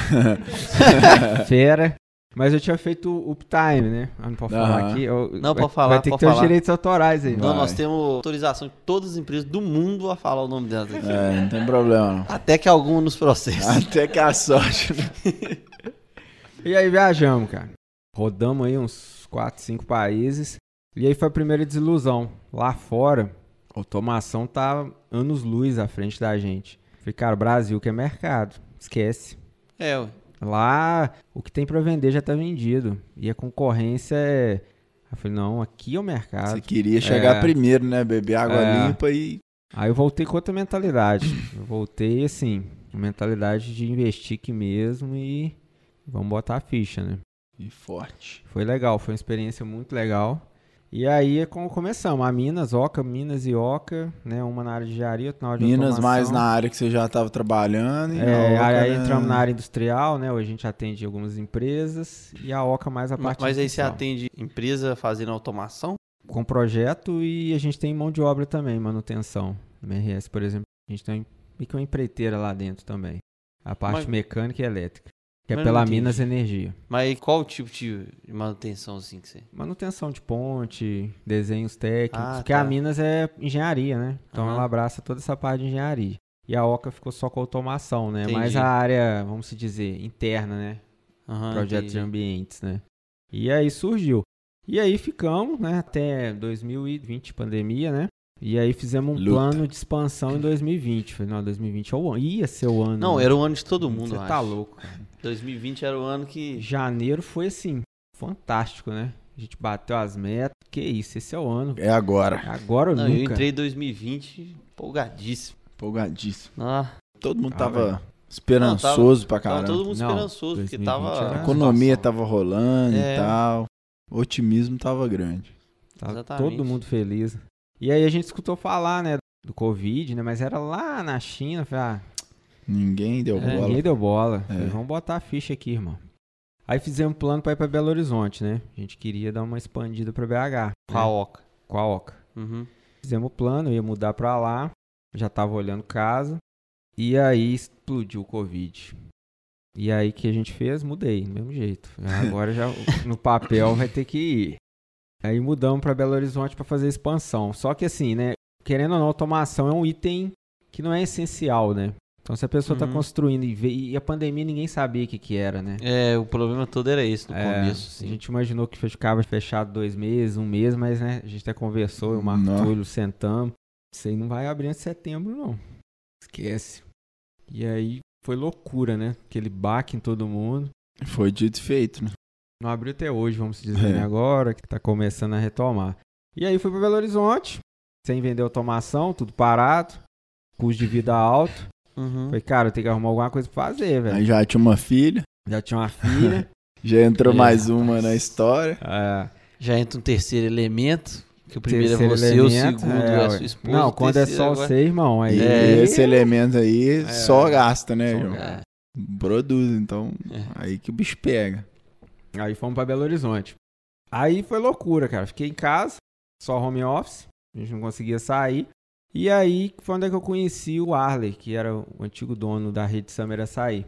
Fera. Mas eu tinha feito o uptime, né? Ah, Não pode falar Aham. aqui. Eu- Não, vai- pode falar, Vai ter que pode ter os falar. direitos autorais aí. Não, Vai. Então, nós temos autorização de todas as empresas do mundo a falar o nome delas aqui. É, Ah. não tem problema, não. Até que algum nos processe. Até que a sorte. né? E aí viajamos, cara. Rodamos aí uns 4, 5 países. E aí foi a primeira desilusão. Lá fora, a automação tá anos luz à frente da gente. Falei, cara, Brasil que é mercado. Esquece. É, ué. Lá, o que tem pra vender já tá vendido. E a concorrência é... Eu falei, não, aqui é o mercado. Você queria chegar É. primeiro, né? Beber água É. limpa e. Aí eu voltei com outra mentalidade. Eu voltei, assim, com mentalidade de investir aqui mesmo e vamos botar a ficha, né? E forte. Foi legal, foi uma experiência muito legal. E aí é como começamos, a Minas, Oca, Minas e Oca, né? Uma na área de engenharia, outra na área de Minas mais na automação. área que você já tava trabalhando. E É, na outra, aí né? entramos na área industrial, né? Hoje a gente atende algumas empresas e a Oca mais a Mas, parte aí você industrial. atende empresa fazendo automação? Com projeto e a gente tem mão de obra também, manutenção. No MRS, por exemplo, a gente tem meio que uma empreiteira lá dentro também. A parte Mas- mecânica e elétrica, que é Mas pela não entendi. Minas Energia. Mas qual o tipo de manutenção assim que você. Manutenção de ponte, desenhos técnicos, Ah, porque tá. a Minas é engenharia, né? Então Aham. ela abraça toda essa parte de engenharia. E a Oca ficou só com automação, né? Entendi. Mas a área, vamos se dizer, interna, né? Aham, Projetos de Ah, entendi. ambientes, né? E aí surgiu. E aí ficamos, né? Até 2020, pandemia, né? E aí fizemos um Luta. plano de expansão em 2020. Falei, não, 2020 é o ano. ia ser o ano. Não, né? era o ano de todo mundo, Você eu tá acho. louco. 2020 era o ano que. Janeiro foi assim, fantástico, né? A gente bateu as metas. Que isso, esse é o ano. É agora. Agora ou Não, eu nunca. entrei em 2020 empolgadíssimo. Empolgadíssimo. Ah, Todo mundo Ah, tava esperançoso pra tava caramba. todo mundo Não, esperançoso, porque 2020 tava. era- A Ah, economia situação. tava rolando É. e tal. O otimismo tava grande. Tava Exatamente. todo mundo feliz. E aí a gente escutou falar, né, do Covid, né? Mas era lá na China. Falei, ah, Ninguém deu É, bola. ninguém deu bola. É. Falei, vamos botar a ficha aqui, irmão. Aí fizemos um plano pra ir pra Belo Horizonte, né? A gente queria dar uma expandida pra BH. Com a Oca. Com a Oca. Uhum. Fizemos o plano, eu ia mudar pra lá. Já tava olhando casa. E aí explodiu o Covid. E aí o que a gente fez? Mudei, do mesmo jeito. Agora já no papel vai ter que ir. Aí mudamos pra Belo Horizonte pra fazer expansão. Só que assim, né? Querendo ou não, automação é um item que não é essencial, né? Então se a pessoa tá Uhum. construindo e, vê, e a pandemia ninguém sabia o que, que era, né? É, o problema todo era esse no É, começo, assim. A gente imaginou que ficava fechado dois meses, um mês, mas né, a gente até conversou, eu, o Marco Nó. Túlio sentamos. Isso aí não vai abrir em setembro, não. Esquece. E aí foi loucura, né? Aquele baque em todo mundo. Foi dito e feito, né? Não abriu até hoje, vamos dizer, É. né, agora, que tá começando a retomar. E aí fui para Belo Horizonte, sem vender automação, tudo parado, custo de vida alto. Uhum. Falei, cara, eu tenho que arrumar alguma coisa pra fazer, É. velho. Aí já tinha uma filha, Já tinha uma filha. já entrou É, mais uma rapaz. na história. é, Já entra um terceiro elemento, que o primeiro Terceiro é você, o elemento, segundo é, é, a ué. sua esposa. Não, o quando é terceiro só agora- você, irmão, aí. E É. esse elemento aí só gasta, né, Só João? gasta. É. Produz, então É. aí que o bicho pega. Aí fomos pra Belo Horizonte. Aí foi loucura, cara. Fiquei em casa, só home office, a gente não conseguia sair. E aí foi onde é que eu conheci o Arley, que era o antigo dono da rede Summer Açaí.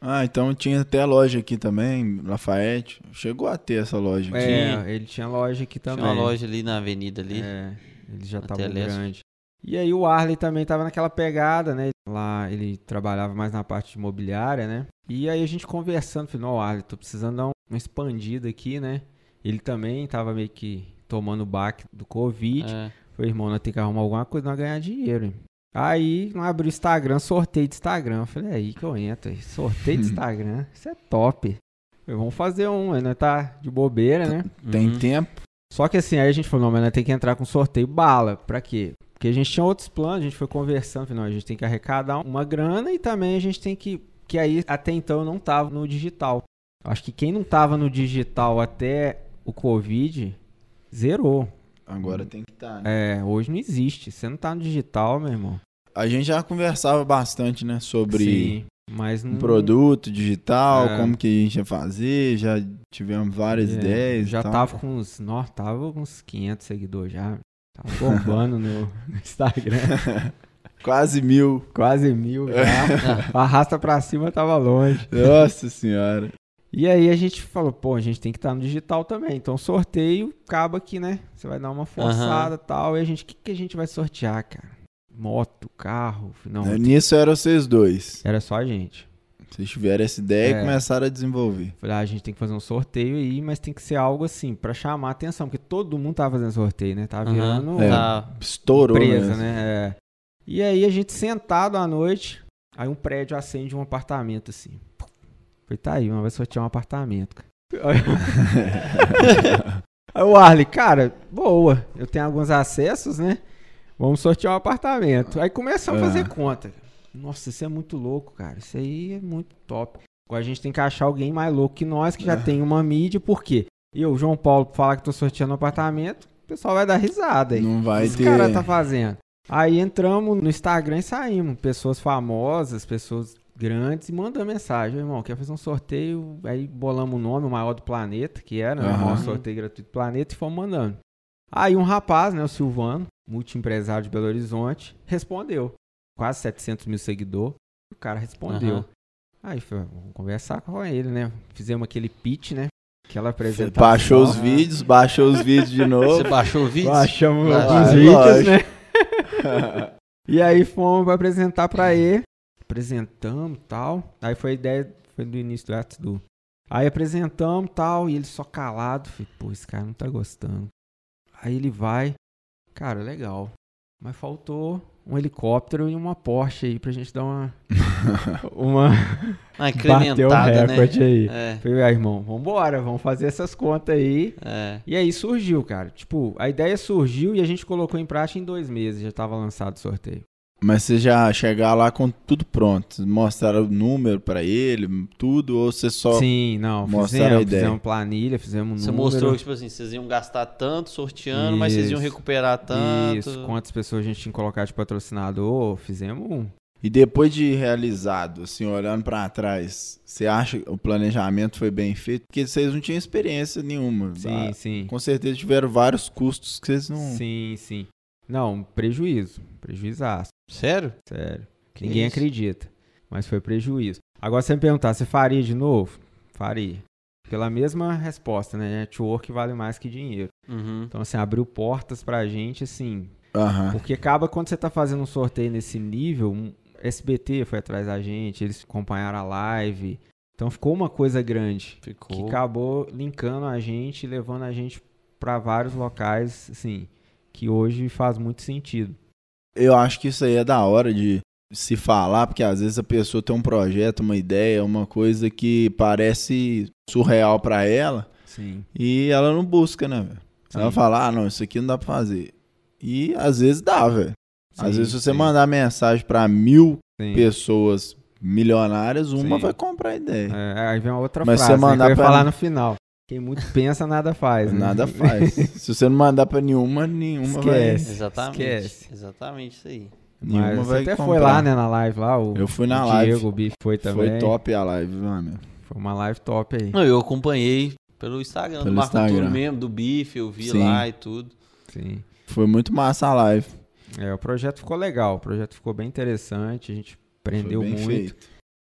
Ah, então tinha até loja aqui também, Lafayette. Chegou a ter essa loja aqui. É, ele tinha loja aqui Tinha também. uma loja ali na avenida ali. É, ele já Até tava leste. grande. E aí o Arley também tava naquela pegada, né? Lá ele trabalhava mais na parte de imobiliária, né? E aí a gente conversando, falei, não, Arley, tô precisando dar um- uma expandida aqui, né? Ele também tava meio que tomando o baque do Covid. É. Falei, irmão, nós temos que arrumar alguma coisa, nós ganhar dinheiro, hein? Aí não abriu o Instagram, sorteio de Instagram. Eu Falei, é aí que eu entro. aí. Sorteio de Instagram, isso é top. Falei, vamos fazer um, aí nós tá de bobeira, né? Tem Uhum. tempo? Só que assim, aí a gente falou, não, mas nós tem que entrar com sorteio bala. Pra quê? Porque a gente tinha outros planos, a gente foi conversando, falou, não, a gente tem que arrecadar uma grana e também a gente tem que. Que aí até então eu não tava no digital. Acho que quem não tava no digital até o Covid, zerou. Agora tem que estar, né? É, hoje não existe. Você não tá no digital, meu irmão. A gente já conversava bastante, né? Sobre Sim, mas não. um produto digital, É. como que a gente ia fazer. Já tivemos várias é, ideias. e Já tal. tava com uns. Nossa, tava com uns 500 seguidores já. Tava bombando no no Instagram. Quase mil. Quase mil já. Arrasta pra cima tava longe. Nossa senhora. E aí a gente falou, pô, a gente tem que estar no digital também. Então sorteio, acaba aqui, né? Você vai dar uma forçada e tal. E a gente, o que, que a gente vai sortear, cara? Moto, carro, não. Nisso eram vocês dois. Era só a gente. Vocês tiveram essa ideia É. e começaram a desenvolver. Falei, ah, a gente tem que fazer um sorteio aí, mas tem que ser algo assim, pra chamar a atenção, porque todo mundo tava fazendo sorteio, né? Tava virando Aham. É. Tá. Estourou, empresa, né? né? É. E aí a gente sentado à noite, aí um prédio acende um apartamento assim. Falei, tá aí, mas vai sortear um apartamento. cara. Aí- aí o Arley, cara, boa, eu tenho alguns acessos, né? Vamos sortear um apartamento. Aí começamos a Ah. fazer conta. Nossa, isso é muito louco, cara. Isso aí é muito top. Agora a gente tem que achar alguém mais louco que nós, que já Ah. tem uma mídia, por quê? Eu, João Paulo, falar que tô sorteando um apartamento, o pessoal vai dar risada aí Não vai esse ter. cara tá fazendo? Aí entramos no Instagram e saímos. Pessoas famosas, pessoas grandes, e mandando mensagem. Ô, Irmão, quer fazer um sorteio? Aí bolamos o nome, o maior do planeta, que era, né? O maior Aham. sorteio gratuito do planeta, e fomos mandando. Aí um rapaz, né, o Silvano, multiempresário de Belo Horizonte, respondeu. Quase 700 mil seguidor. O cara respondeu. Aham. Aí foi, vamos conversar com ele, né? Fizemos aquele pitch, né? Aquela Você apresentação. baixou os vídeos, baixou os vídeos de Você novo. baixou o vídeo? Baixamos Vai lá, alguns vídeos, lógico. né? E aí fomos pra apresentar pra ele. Apresentamos tal. Aí foi a ideia, foi do início do ato do. Aí apresentamos tal, e ele só calado. Falei, pô, esse cara não tá gostando. Aí ele vai. Cara, legal. Mas faltou um helicóptero e uma Porsche aí pra gente dar uma. uma. Uma Bateu o Ah, incrementada, né? recorde aí. É. Falei, ah, irmão, vambora, vamos fazer essas contas aí. É. E aí surgiu, cara. Tipo, a ideia surgiu e a gente colocou em prática em dois meses. Já tava lançado o sorteio. Mas você já chegar lá com tudo pronto. Mostraram o número pra ele, tudo, ou você só. Sim, não. mostraram Fizemos, a ideia. fizemos planilha, fizemos Você número. mostrou que, tipo assim, vocês iam gastar tanto sorteando, mas vocês iam Isso. recuperar tanto. Isso, quantas pessoas a gente tinha que colocar de patrocinador, fizemos um. E depois de realizado, assim, olhando pra trás, você acha que o planejamento foi bem feito? Porque vocês não tinham experiência nenhuma. Sim, Ah, sim. Com certeza tiveram vários custos que vocês não. Sim, sim. Não, prejuízo. Prejuizaço, Sério? sério. Que Ninguém isso? acredita. Mas foi prejuízo. Agora você me perguntar, você faria de novo? Faria. Pela mesma resposta, né? Network vale mais que dinheiro. Uhum. Então, assim, abriu portas pra gente, assim, Aham. Porque acaba quando você tá fazendo um sorteio nesse nível, um SBT foi atrás da gente, eles acompanharam a live. Então ficou uma coisa grande que Ficou. acabou linkando a gente, levando a gente pra vários locais, assim, que hoje faz muito sentido. Eu acho que isso aí é da hora de se falar, porque às vezes a pessoa tem um projeto, uma ideia, uma coisa que parece surreal pra ela Sim. e ela não busca, né, velho? Ela Sim. fala, ah, não, isso aqui não dá pra fazer. E às vezes dá, velho. Às Sim, vezes se você sim, mandar mensagem pra mil sim. pessoas milionárias, uma Sim. vai comprar a ideia. É, aí vem uma outra Mas você frase né, que mandar eu ia pra- falar no final. Quem muito pensa, nada faz. né? Nada faz. se você não mandar pra nenhuma, nenhuma Esquece. Exatamente. Esquece. Exatamente isso aí. vai. Nenhuma Mas você vai até comprar. foi lá, né, na live lá. O Eu fui na o live. Diego, o Bife foi também. Foi top a live, mano. Foi uma live top aí. Não, eu acompanhei pelo Instagram Pelo do Marco Antônio Instagram. mesmo, do Bife, eu vi Sim. lá e tudo. Sim. Foi muito massa a live. É, o projeto ficou legal, o projeto ficou bem interessante, a gente aprendeu foi bem muito. feito.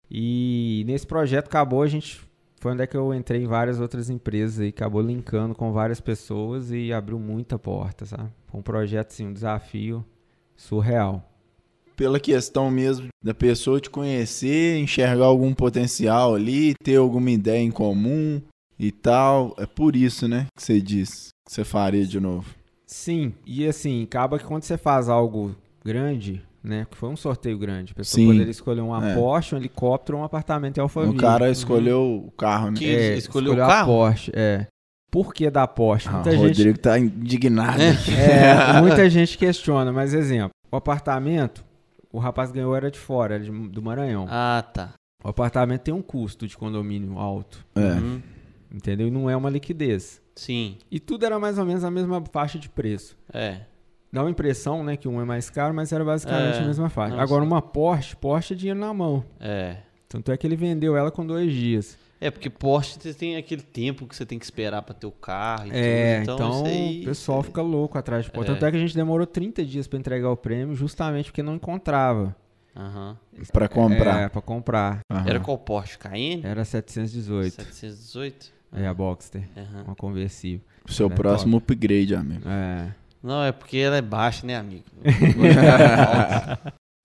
E nesse projeto acabou, a gente. Foi onde é que eu entrei em várias outras empresas e acabou linkando com várias pessoas e abriu muita porta, sabe? Foi um projeto, assim, um desafio Surreal. Pela questão mesmo da pessoa te conhecer, enxergar algum potencial ali, ter alguma ideia em comum e tal. É por isso, né, que você diz que você faria de novo. Sim, e assim, acaba que quando você faz algo grande, né? Que foi um sorteio grande. A pessoa Sim. poderia escolher uma É. Porsche, um helicóptero, um apartamento em Alphaville. o cara escolheu o carro, né? Que- é, escolheu escolheu, o a carro? Porsche. É. Por que da Porsche? Ah, Muita o gente Rodrigo tá indignado. aqui. É, muita gente questiona, mas exemplo, o apartamento, o rapaz ganhou era de fora, era de- do Maranhão. Ah, tá. O apartamento tem um custo de condomínio alto, É. Uhum. entendeu? E não é uma liquidez. Sim, E tudo era mais ou menos a mesma faixa de preço. é. Dá uma impressão, né, que um é mais caro, mas era basicamente É, a mesma faixa. não, Agora, sim. uma Porsche, Porsche é dinheiro na mão. É. Tanto é que ele vendeu ela com dois dias. É, porque Porsche você tem aquele tempo que você tem que esperar pra ter o carro e É, tudo. então, isso aí- o pessoal fica louco atrás de Porsche. É. Tanto é que a gente demorou 30 dias pra entregar o prêmio justamente porque não encontrava. Aham. Pra comprar. É, pra comprar. Aham. Era qual Porsche? KN? Era 718. 718? É a Boxster, Aham. uma conversível. O Seu Era próximo upgrade, amigo. É, Não, é porque ela é baixa, né, amigo? Tá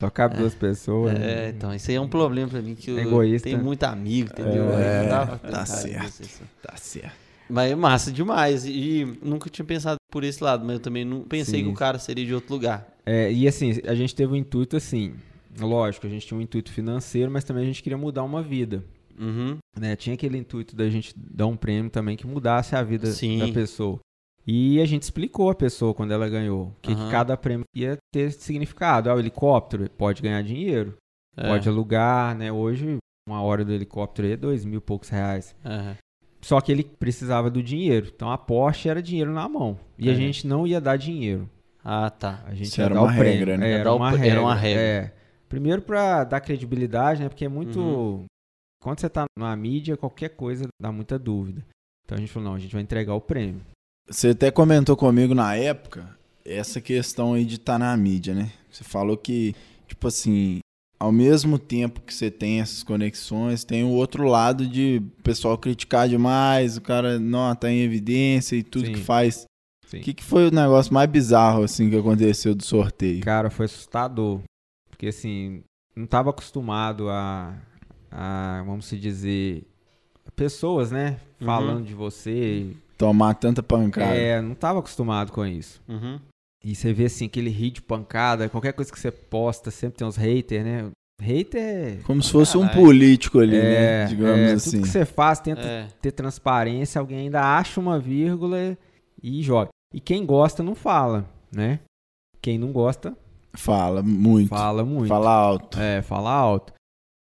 só cabe duas pessoas. né? É, então, isso aí é um problema pra mim, que eu É egoísta. tenho muito amigo, entendeu? É, Não dá pra tá pensar certo. nisso, isso. tá certo. Mas é massa demais, e, e nunca tinha pensado por esse lado, mas eu também não pensei Sim. que o cara seria de outro lugar. É, e assim, a gente teve um intuito assim, lógico, a gente tinha um intuito financeiro, mas também a gente queria mudar uma vida. Uhum, né? Tinha aquele intuito da gente dar um prêmio também que mudasse a vida Sim. da pessoa. E a gente explicou a pessoa quando ela ganhou o que, que Aham. cada prêmio ia ter significado. Ah, o helicóptero pode ganhar dinheiro, é, pode alugar, né? Hoje, uma hora do helicóptero aí é dois mil e poucos reais. é. Só que ele precisava do dinheiro. Então a Porsche era dinheiro na mão. E a É. gente não ia dar dinheiro. Ah, tá. A gente Isso ia era dar uma o prêmio. regra, né? É, Ia Era dar o uma pr- regra. era uma regra. É. Primeiro pra dar credibilidade, né? Porque é muito. Uhum. Quando você tá na mídia, qualquer coisa dá muita dúvida. Então a gente falou: não, a gente vai entregar o prêmio. Você até comentou comigo na época essa questão aí de estar na mídia, né? Você falou que, tipo assim, ao mesmo tempo que você tem essas conexões, tem o outro lado de o pessoal criticar demais, o cara não tá em evidência e tudo Sim. que faz. Sim. O que, que foi o negócio mais bizarro, assim, que aconteceu do sorteio? Cara, foi assustador. Porque assim, não tava acostumado a. a vamos se dizer. Pessoas, né? Uhum. Falando de você. Tomar tanta pancada. É, não tava acostumado com isso. Uhum. E você vê assim, aquele hit de pancada, qualquer coisa que você posta, sempre tem uns haters, né? Hater é. Como se fosse um Caralho. político ali, é, né? Digamos é, assim. Tudo que você faz, tenta É, ter transparência, alguém ainda acha uma vírgula e joga. E quem gosta não fala, né? Quem não gosta, Fala muito. Fala, fala muito. alto. É, fala alto.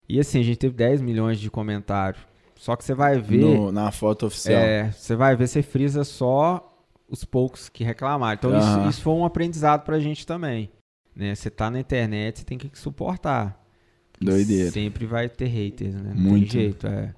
E assim, a gente teve 10 milhões de comentários. Só que você vai ver. no- na foto oficial. É, você vai ver, você frisa só os poucos que reclamaram. Então isso, Aham. isso foi um aprendizado pra gente também. Né? Você tá na internet, você tem que suportar. Doideira. Sempre vai ter haters, né? Não tem Muito. jeito, é.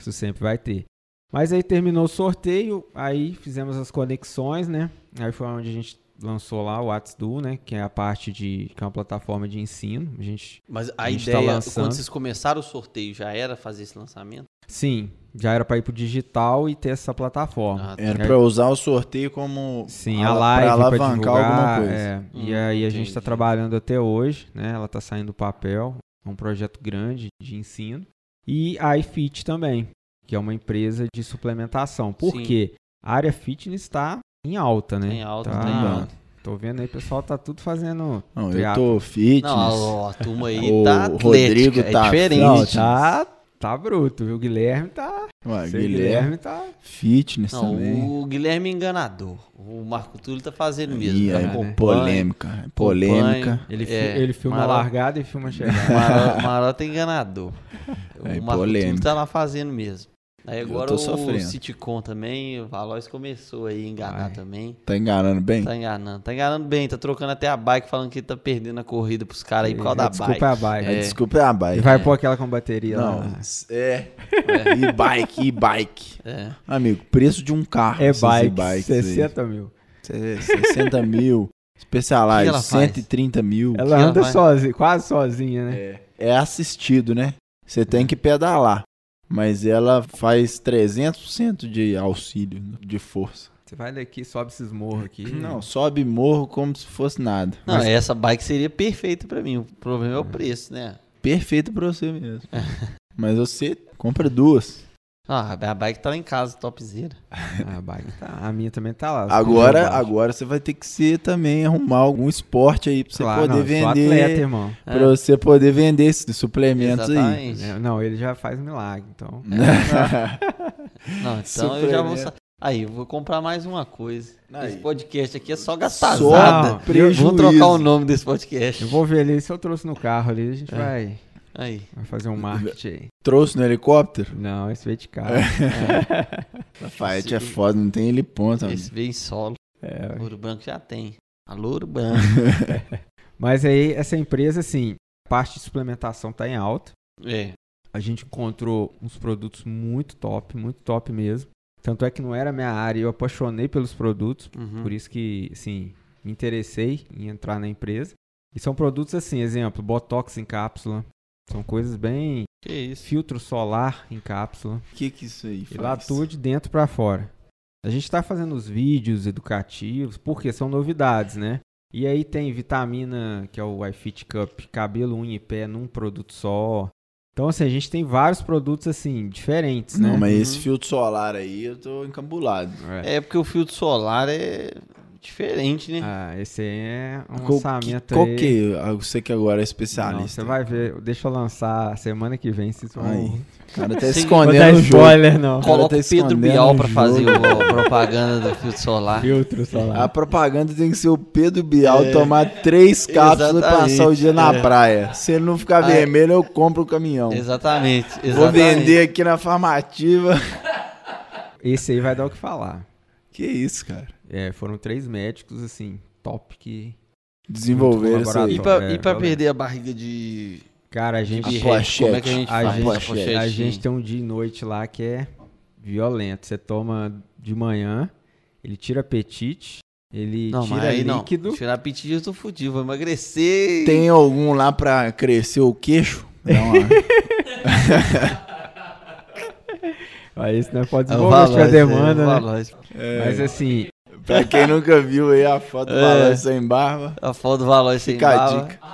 Isso sempre vai ter. Mas aí terminou o sorteio, aí fizemos as conexões, né? Aí foi onde a gente lançou lá o AtsDu, né? Que é a parte de. que é uma plataforma de ensino. A gente. mas a, A gente tá ideia, lançando. quando vocês começaram o sorteio, já era fazer esse lançamento? Sim, já era pra ir pro digital e ter essa plataforma. Ah, tá. Era né? pra usar o sorteio como. Sim, ala- a live Pra pra alavancar divulgar, alguma coisa. é. e Hum, aí a gente está entendi. trabalhando até hoje, né? Ela está saindo do papel, é um projeto grande de ensino. E a iFit também, que é uma empresa de suplementação. Por Sim. quê? A área fitness está em alta, né? Tem alta, tá, tem alta. Tô vendo aí, pessoal tá tudo fazendo. Não, eu Triatlo. tô fitness. Não, a, a turma aí O tá Rodrigo atlética, é tá diferente. Não, tá, tá bruto, viu? O Guilherme tá. Ué, seu Guilherme. tá. Fitness Não, também. o Guilherme é enganador. O Marco Túlio tá fazendo mesmo. Ih, tá é, acompanha, polêmica. é Polêmica. Ele, fi- É, ele filma a Mara- largada e filma a chegada. Marota, Marota é enganador. É, o Marco Túlio polêmica. tá lá fazendo mesmo. Aí Eu agora tô o sofrendo. Citicom também, o Valois começou aí a enganar Vai. também. Tá enganando bem? Tá enganando, tá enganando bem, tá trocando até a bike, falando que tá perdendo a corrida pros caras aí por causa da Desculpa bike. a bike. É, Desculpa, é a E bike. vai pôr aquela com bateria Não, lá. é. E bike, e bike. É. Amigo, preço de um carro. É essas bike, bikes aí. 60 mil. Se- 60 mil. O que Specialized, ela faz? 130 mil. Ela que ela anda vai? sozinha, quase sozinha, né? É, é assistido, né? Você tem que pedalar. Mas ela faz 300% de auxílio, de força. Você vai daqui, sobe esses morros aqui. Não, sobe morro como se fosse nada. Não, é. Mas essa bike seria perfeita pra mim. O problema é o preço, né? Perfeito pra você mesmo. É. Mas você compra duas. Ah, a bike tá lá em casa, topzera. A, bike tá- a minha também tá lá. Agora, Embaixo. agora você vai ter que ser também arrumar algum esporte aí pra você Claro, poder não, eu sou atleta, é. vender. irmão. Pra você poder vender esses suplementos aí. Exatamente. É, Não, ele já faz milagre, então. Não, então eu já vou. sa- Aí, eu vou comprar mais uma coisa. Aí. Esse podcast aqui é só Só Tá gastazada. prejuízo. Vamos trocar um o nome desse podcast. Eu vou ver ali, se eu trouxe no carro ali, a É. gente vai, Aí. vai fazer um marketing aí. Trouxe no helicóptero? Não, esse veio de carro. Lafayette é foda, não tem ele ponta. É, Esse veio em solo. É, Ouro branco já tem. Alô, ouro branco. Mas aí, essa empresa, assim, a parte de suplementação tá em alta. é. A gente encontrou uns produtos muito top, muito top mesmo. Tanto é que não era minha área, eu apaixonei pelos produtos, uhum. por isso que, assim, me interessei em entrar na empresa. E são produtos assim, exemplo, botox em cápsula. São coisas bem Que isso. filtro solar em cápsula. O que que isso aí E faz? lá tudo de dentro pra fora. A gente tá fazendo os vídeos educativos, porque são novidades, né? E aí tem vitamina, que é o iFit Cup, cabelo, unha e pé num produto só. Então, assim, a gente tem vários produtos, assim, diferentes, Não, né? mas Uhum. esse filtro solar aí eu tô encambulado. É. É porque o filtro solar é diferente, né? Ah, esse aí é um Qual que, lançamento qual aí. que é? Você que agora é Não, especialista. você vai ver. Deixa eu lançar semana que vem, se vão... Aí, Não O cara tá Sim. vou escondendo dar o jogo. spoiler, não. cara Coloca tá o Pedro escondendo Bial o pra jogo. fazer o- a propaganda do filtro solar. Filtro solar. A propaganda tem que ser o Pedro Bial tomar três cápsulas e Exatamente. passar o dia na É. praia. Se ele não ficar Aí- vermelho, eu compro o caminhão. Exatamente, exatamente. Vou vender aqui na farmativa. Esse aí vai dar o que falar. Que isso, cara. É, foram três médicos, assim, top que Desenvolver Muito isso aí. E pra, É, e pra valeu. perder a barriga de, Cara, a de gente. A birrete, como é que pochete. a gente A faz? gente- A pochete, A sim. gente tem um dia e noite lá que é violento. Você toma de manhã, ele tira apetite, ele não, mas tira aí líquido. não. Tirar apetite eu tô fudido, vou emagrecer. Tem algum lá pra crescer o queixo? Não, ó. Aí isso não pode É um desenvolver a valor, é um demanda, né? valor. Mas assim, pra quem nunca viu aí a foto do É. balanço sem barba, A foto do é valor sem fica a bala. dica.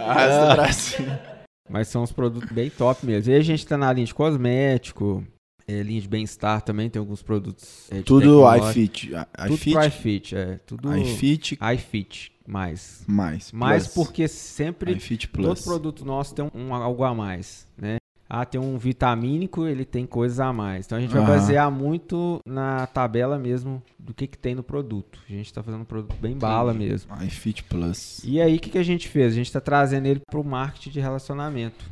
Arrasta pra cima. mas são os produtos bem top mesmo. E a gente tá na linha de cosmético, é, linha de bem-estar também, tem alguns produtos. é, de Tudo tecnológico. iFit. Tudo pro iFit, é. Tudo iFit, iFit mais. mais. Mas Plus. porque sempre iFit Todo Plus. produto nosso tem um, um algo a mais, né? Ah, tem um vitamínico, ele tem coisas a mais. Então a gente vai Aham. basear muito na tabela mesmo do que, que tem no produto. A gente tá fazendo um produto bem bala mesmo. iFit Plus. E aí, o que, que a gente fez? A gente tá trazendo ele pro marketing de relacionamento.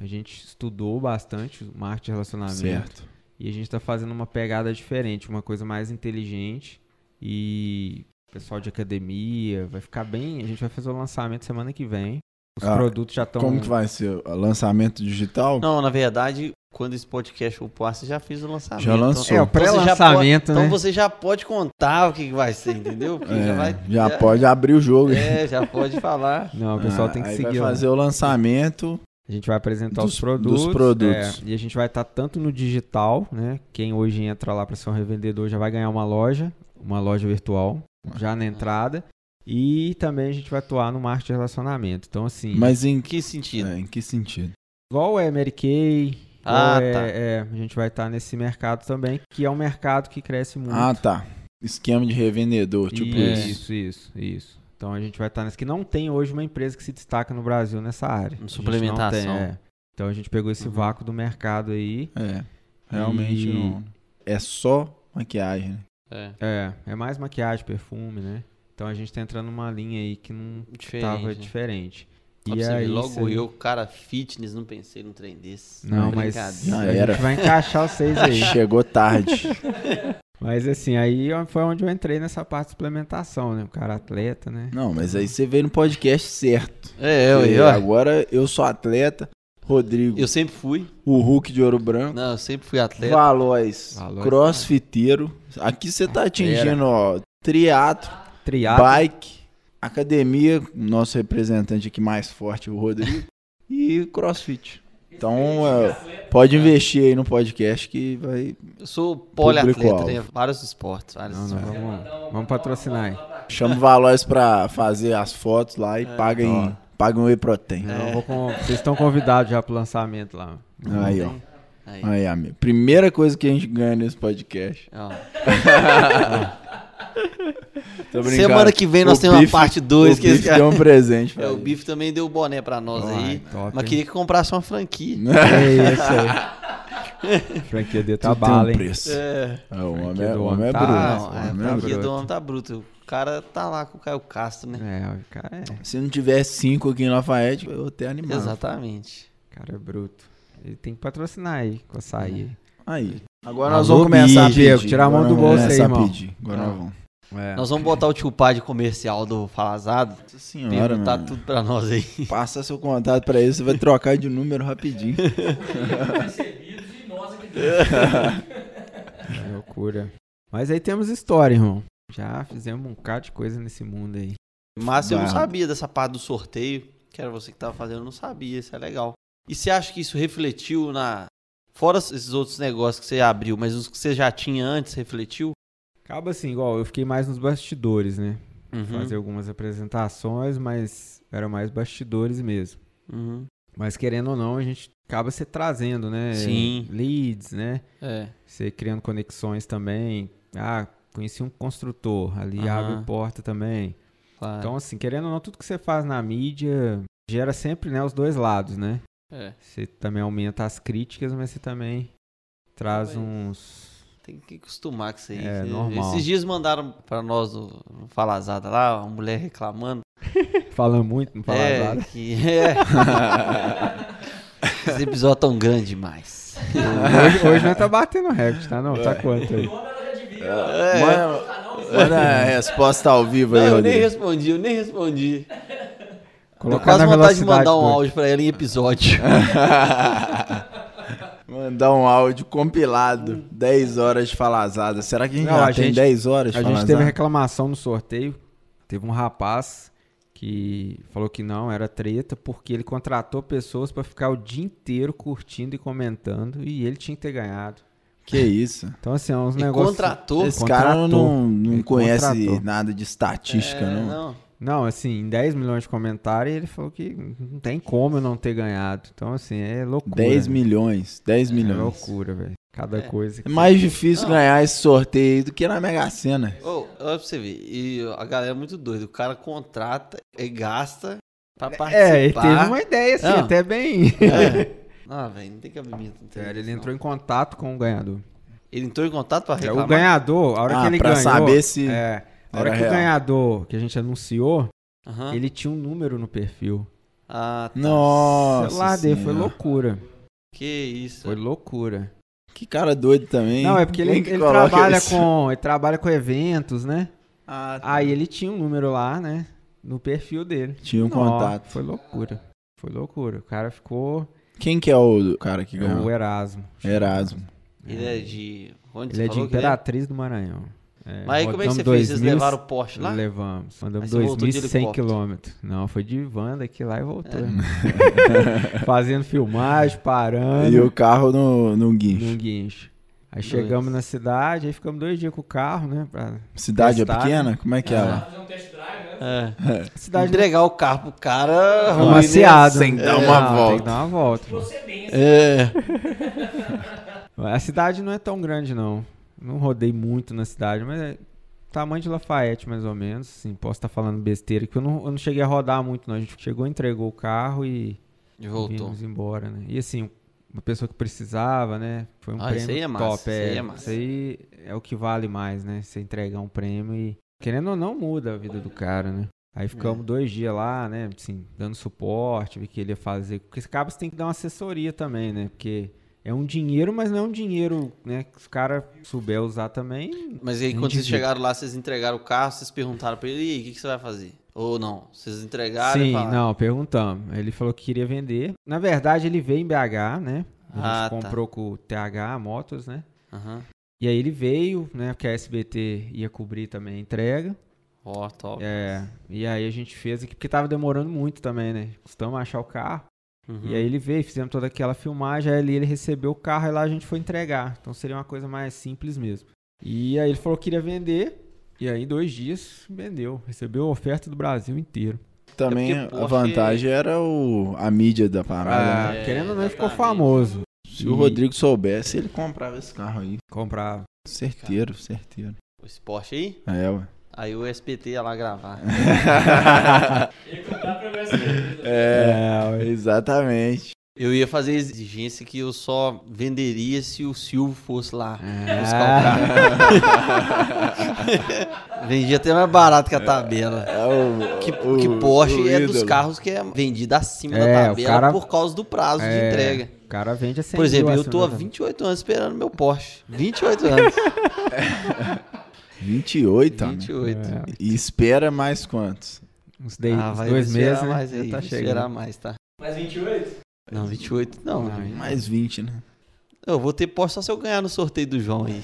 A gente estudou bastante o marketing de relacionamento. Certo. E a gente tá fazendo uma pegada diferente, uma coisa mais inteligente. E pessoal de academia, vai ficar bem. A gente vai fazer o lançamento semana que vem. Os Ah, produtos já estão. Como que vai ser? O Lançamento digital? Não, na verdade, quando esse podcast for pro ar, você já fez o lançamento. Então, Já lançou. É, você o já pré-lançamento, pode- Então né? você já pode contar o que, que vai ser, entendeu? Porque É, já vai. já pode abrir o jogo. É, já pode falar. Não, o pessoal Ah, tem que aí seguir. Vai lá. fazer o lançamento. A gente vai apresentar dos- os produtos. dos produtos. é, e a gente vai estar tanto no digital, né? Quem hoje entra lá para ser um revendedor já vai ganhar uma loja, uma loja virtual, já na entrada. E também a gente vai atuar no marketing de relacionamento. Então, assim, Mas em Em que, que sentido? é, em que sentido? igual é Mary Kay, igual Ah, é- tá. é, a gente vai estar nesse mercado também, que é um mercado que cresce muito. Ah, tá. Esquema de revendedor, tipo isso, isso. isso, isso, isso. Então a gente vai estar nesse que não tem hoje uma empresa que se destaca no Brasil nessa área. A gente não Suplementação. tem, é. Então a gente pegou esse Uhum. vácuo do mercado aí. É. Realmente E- não. É só maquiagem, né? É, É, é mais maquiagem, perfume, né? Então a gente tá entrando numa linha aí que não diferente. tava né? diferente. Pra você ver, logo cê- eu, cara, fitness, não pensei num trem desse. Não, mas Brincadeira. Já a era. gente vai encaixar vocês aí. Chegou tarde. mas assim, aí foi onde eu entrei nessa parte de suplementação, né? O cara atleta, né? Não, mas aí você veio no podcast certo. É, eu, Porque eu, eu, Agora eu sou atleta. Rodrigo, sempre fui. o Hulk de ouro branco. Não, eu sempre fui atleta. Valois, Valois, crossfiteiro. Aqui você tá atingindo, ó, triatlo, Triado. bike, academia, nosso representante aqui mais forte, o Rodrigo, e crossfit. Então, é, pode investir aí no podcast que vai. Eu sou poliatleta, Público-alvo. né? Vários esportes, vários Não, não, esportes. vamos, vamos patrocinar aí. Chama o Valores pra fazer as fotos lá É, e paga, em, paga um whey protein. Não, eu vou com- Vocês estão convidados já pro lançamento lá. Aí, ó. Aí. Aí, amigo. Primeira coisa que a gente ganha nesse podcast. Ó. Tô brincando. Semana que vem nós O temos uma Bife- parte 2. O Bife deu um presente pra É, o gente. Bife também deu boné pra nós Ai, aí. top, mas hein? queria que comprasse uma franquia. É isso aí. Franquia de Tudo tem um Tabala, tá hein? preço. É. É, o homem Franquia é, do o homem é bruto. homem. Tá, o não, a homem é tá bruto. franquia bruto. do homem tá bruto. O cara tá lá com o Caio Castro, né? É, o cara é, Se não tiver cinco aqui em Lafayette, eu até animado. Exatamente. cara é bruto. Ele tem que patrocinar aí, com açaí. Aí. Agora Alô, nós vamos começar a Bi, Diego, pedir. tira a mão Agora do nós vamos bolso aí, começar a irmão. pedir. Agora nós vamos. É. Nós vamos botar o tio Pá de comercial do Falazado. Nossa senhora, Perguntar mano. tudo pra nós aí. Passa seu contato pra ele, você vai trocar de número rapidinho. É. Que loucura. Mas aí temos história, irmão. Já fizemos um bocado de coisa nesse mundo aí. Mas eu não Bah. sabia dessa parte do sorteio, que era você que tava fazendo, eu não sabia, isso é legal. E você acha que isso refletiu na. Fora esses outros negócios que você abriu, mas os que você já tinha antes refletiu? Acaba assim, igual, eu fiquei mais nos bastidores, né? Fazer Uhum. algumas apresentações, mas era mais bastidores mesmo. Uhum. Mas querendo ou não, a gente acaba se trazendo, né? Sim. Leads, né? É. Você criando conexões também. Ah, conheci um construtor, ali Aham. abre porta também. Claro. Então, assim, querendo ou não, tudo que você faz na mídia gera sempre, né, os dois lados, né? É. Você também aumenta as críticas, mas você também traz Talvez. uns. Tem que acostumar com isso aí. É, Você- normal. Esses dias mandaram pra nós no, no Falazada lá, uma mulher reclamando. Fala muito, não fala é, nada. que é. Esse episódio é tão grande demais. Hoje, hoje nós tá batendo recorde, tá? Não, tá quanto aí? Manda, É. manda a resposta ao vivo aí, eu nem Rodrigo. respondi, eu nem respondi. Deu Colocar quase na vontade de velocidade mandar um do- áudio pra ela em episódio. Mandar um áudio compilado. 10 horas de falazada. Será que a gente Não, já a tem gente- 10 horas de A gente falazada? né? teve reclamação no sorteio. Teve um rapaz que falou que não, era treta, porque ele contratou pessoas pra ficar o dia inteiro curtindo e comentando e ele tinha que ter ganhado. Que isso? Então, assim, é uns E negócios. contratou. Esse cara não, não Ele conhece contratou. nada de estatística, né, É, não. Não, assim, em 10 milhões de comentários, ele falou que não tem como eu não ter ganhado. Então, assim, é loucura. 10 velho. milhões, 10 É milhões. loucura, velho. Cada É. coisa. É que mais difícil Não. ganhar esse sorteio aí do que na Mega Sena. Ô, olha pra você ver. E a galera é muito doida. O cara contrata e gasta pra você- É, ele participar. teve uma ideia, assim, Não. até bem. É. Ah, velho, não tem cabimento. não tem Sério, ele isso, não. entrou em contato com o ganhador. Ele entrou em contato pra É, o reclamar? ganhador, a hora Ah, que ele pra ganhou. saber se É, a hora era que real. o ganhador que a gente anunciou, Aham. ele tinha um número no perfil. Ah, tá. Nossa. Sei lá dele, foi Senhora. loucura. Que isso. Foi loucura. Que cara doido também. Não, é porque ele, Quem que ele coloca trabalha isso? com. Ele trabalha com eventos, né? Ah, tá. Aí ele tinha um número lá, né? No perfil dele. Tinha um Nó, contato. Foi loucura. Foi loucura. O cara ficou. Quem que é o cara que O ganhou? Erasmo. Erasmo. Ele é de... Onde Ele você é de falou que Imperatriz do Maranhão. É, Mas aí como é que rodamos você fez? Vocês 2000, levaram o Porsche lá? Levamos. Aí Andamos você voltou de 2.100 helicóptero. É. quilômetros. Não, foi de van daqui lá e voltou. irmão. Fazendo filmagem, parando. E o carro no, no Num guincho. guincho. Aí chegamos na cidade, aí ficamos dois dias com o carro, né? Pra... Cidade é Testar. pequena? Como é que é lá? É. Cidade Entregar o carro pro cara... ruim, né? maciado. sem né? dar uma Não, Tem volta. que dar uma volta. É. A cidade não é tão grande, não. Não rodei muito na cidade, mas é tamanho de Lafayette, mais ou menos. Assim, posso estar falando besteira, que eu não, eu não cheguei a rodar muito, não. A gente chegou, entregou o carro e E voltou. vimos embora, né? E assim, uma pessoa que precisava, né? Foi um Ah, prêmio isso aí é massa, top. isso é, aí é massa. Isso aí é o que vale mais, né? Você entregar um prêmio e. Querendo ou não, muda a vida do cara, né? Aí É. ficamos dois dias lá, né? Assim, dando suporte, vi que ele ia fazer. Porque esse cabo você tem que dar uma assessoria também, né? Porque é um dinheiro, mas não é um dinheiro, né? Que os caras souber usar também. Mas aí Nem quando vocês divido. chegaram lá, vocês entregaram o carro, vocês perguntaram pra ele, e aí, o que, que você vai fazer? Ou não? Vocês entregaram Sim, e falaram... não, perguntamos. Ele falou que queria vender. Na verdade, ele veio em BH, né? A gente Ah, tá. comprou com o TH Motos, né? Aham. E aí ele veio, né? Porque a SBT ia cobrir também a entrega. Ó, top. É, e aí a gente fez aqui, porque tava demorando muito também, né? Custamos achar o carro. Uhum. E aí ele veio, fizemos toda aquela filmagem, aí ali ele recebeu o carro e lá a gente foi entregar. Então seria uma coisa mais simples mesmo. E aí ele falou que iria vender, e aí em dois dias vendeu. Recebeu oferta do Brasil inteiro. Também porque a Porsche- vantagem era o, a mídia da parada. Ah, né? é, querendo ou não, ele ficou exatamente. famoso. Se o Rodrigo soubesse, ele comprava esse carro aí. Comprava. Certeiro, certeiro. O esporte aí? É, ué. Aí o SPT ia lá gravar. Ele comprar pra brasileiro. é, ué. exatamente. Eu ia fazer exigência que eu só venderia se o Silvio fosse lá. Ah, Vendia até mais barato que a tabela. É o, Que, o- que Porsche o é dos ídolo. carros que é vendido acima É, da o tabela cara- por causa do prazo de é, entrega. O cara vende a 100 Por exemplo, mil assim, né? eu tô há acima da- 28 anos esperando meu Porsche. 28 anos. 28, amigo. 28. É, E espera mais quantos? uns dez- Ah, uns vai dois esperar meses, né? mais já aí, tá vai chegando. esperar mais, tá? Mais 28? Não, 28 não. Não, né? Mais 20, né? Eu vou ter Porsche só se eu ganhar no sorteio do João aí.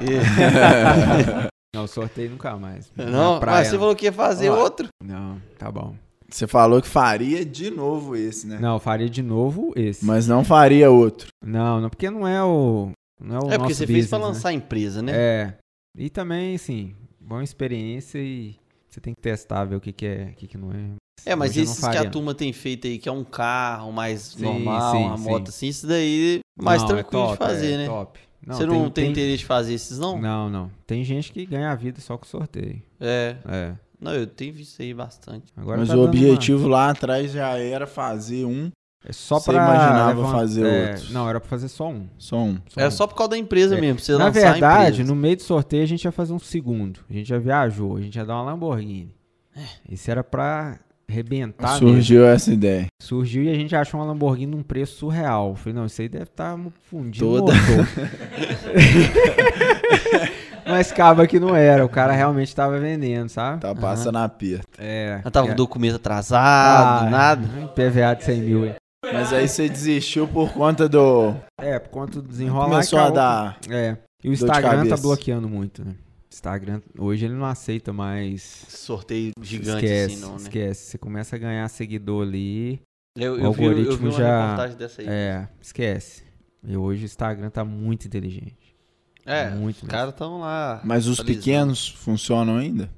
É, Não, sorteio nunca mais. Na Não, praia, né? mas você não. falou que ia fazer Olha lá. outro. Não, tá bom. Você falou que faria de novo esse, É. né? Não, eu faria de novo esse. Mas não faria outro. Não, não, porque não é o. Não é É o porque nosso você fez business, pra né? lançar a empresa, né? É. E também, assim, boa experiência e você tem que testar, ver o que, que é, o que, que não é. É, mas Hoje eu não esses que faria. a turma tem feito aí, que é um carro mais Sim, normal, sim, uma sim. moto assim, isso daí é mais Não, é tranquilo top, de fazer, é né? Top. você não tem, tem interesse de fazer esses, não? Não, não. Tem gente que ganha a vida só com sorteio. É. É. Não, eu tenho visto aí bastante. Agora Mas tá o dando uma- objetivo lá atrás já era fazer um, É só você pra é, imaginava fazer outro. Não, era pra fazer só um. só um. Só Era um. só por causa da empresa É. mesmo, pra você Na lançar a verdade, empresa. no meio do sorteio a gente ia fazer um segundo. A gente já viajou, a gente ia dar uma Lamborghini. Isso era pra arrebentar Tá mesmo. É. Surgiu essa ideia. Surgiu e a gente achou uma Lamborghini num preço surreal. Falei, não, isso aí deve tá um estar fundido. Toda. Toda. Mas acaba que não era. O cara realmente tava vendendo, sabe? Tá passando a pia. É. Ela tava com é. o documento atrasado, Ah, nada. um PVA de 100 mil. hein? Mas aí você desistiu por conta do. É, por conta do desenrolar. Começou a acabou dar. que- É. E o de Instagram tá cabeça. bloqueando muito, né? Instagram, hoje ele não aceita mais. Sorteio gigante esquece, assim, não, né? esquece. Você começa a ganhar seguidor ali. Eu, O eu, vi, eu vi algoritmo uma já- reportagem dessa aí. É, esquece. E hoje o Instagram tá muito inteligente. É, muito os caras tão lá. Mas os atualizando. pequenos funcionam ainda?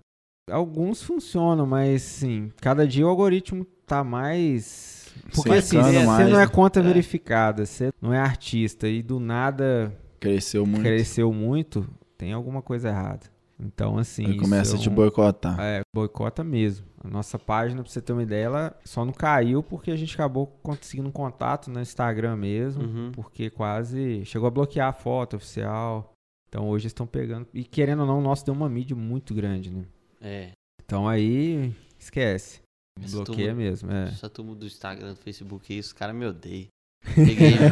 Alguns funcionam, mas sim, cada dia o algoritmo tá mais. Porque assim, Sacando você mais, não né? é conta É. verificada, você não é artista e do nada Cresceu muito. cresceu muito, tem alguma coisa errada. Então, assim. Ele isso começa é a te um- boicotar. É, boicota mesmo. A nossa página, pra você ter uma ideia, ela só não caiu porque a gente acabou conseguindo um contato no Instagram mesmo. Uhum. porque quase chegou a bloquear a foto oficial. Então hoje estão pegando. E querendo ou não, o nosso deu uma mídia muito grande, né? É. Então aí, esquece. Essa Bloqueia turma- mesmo, é. Essa turma do Instagram, do Facebook aí, os caras me odeiam. Peguei, é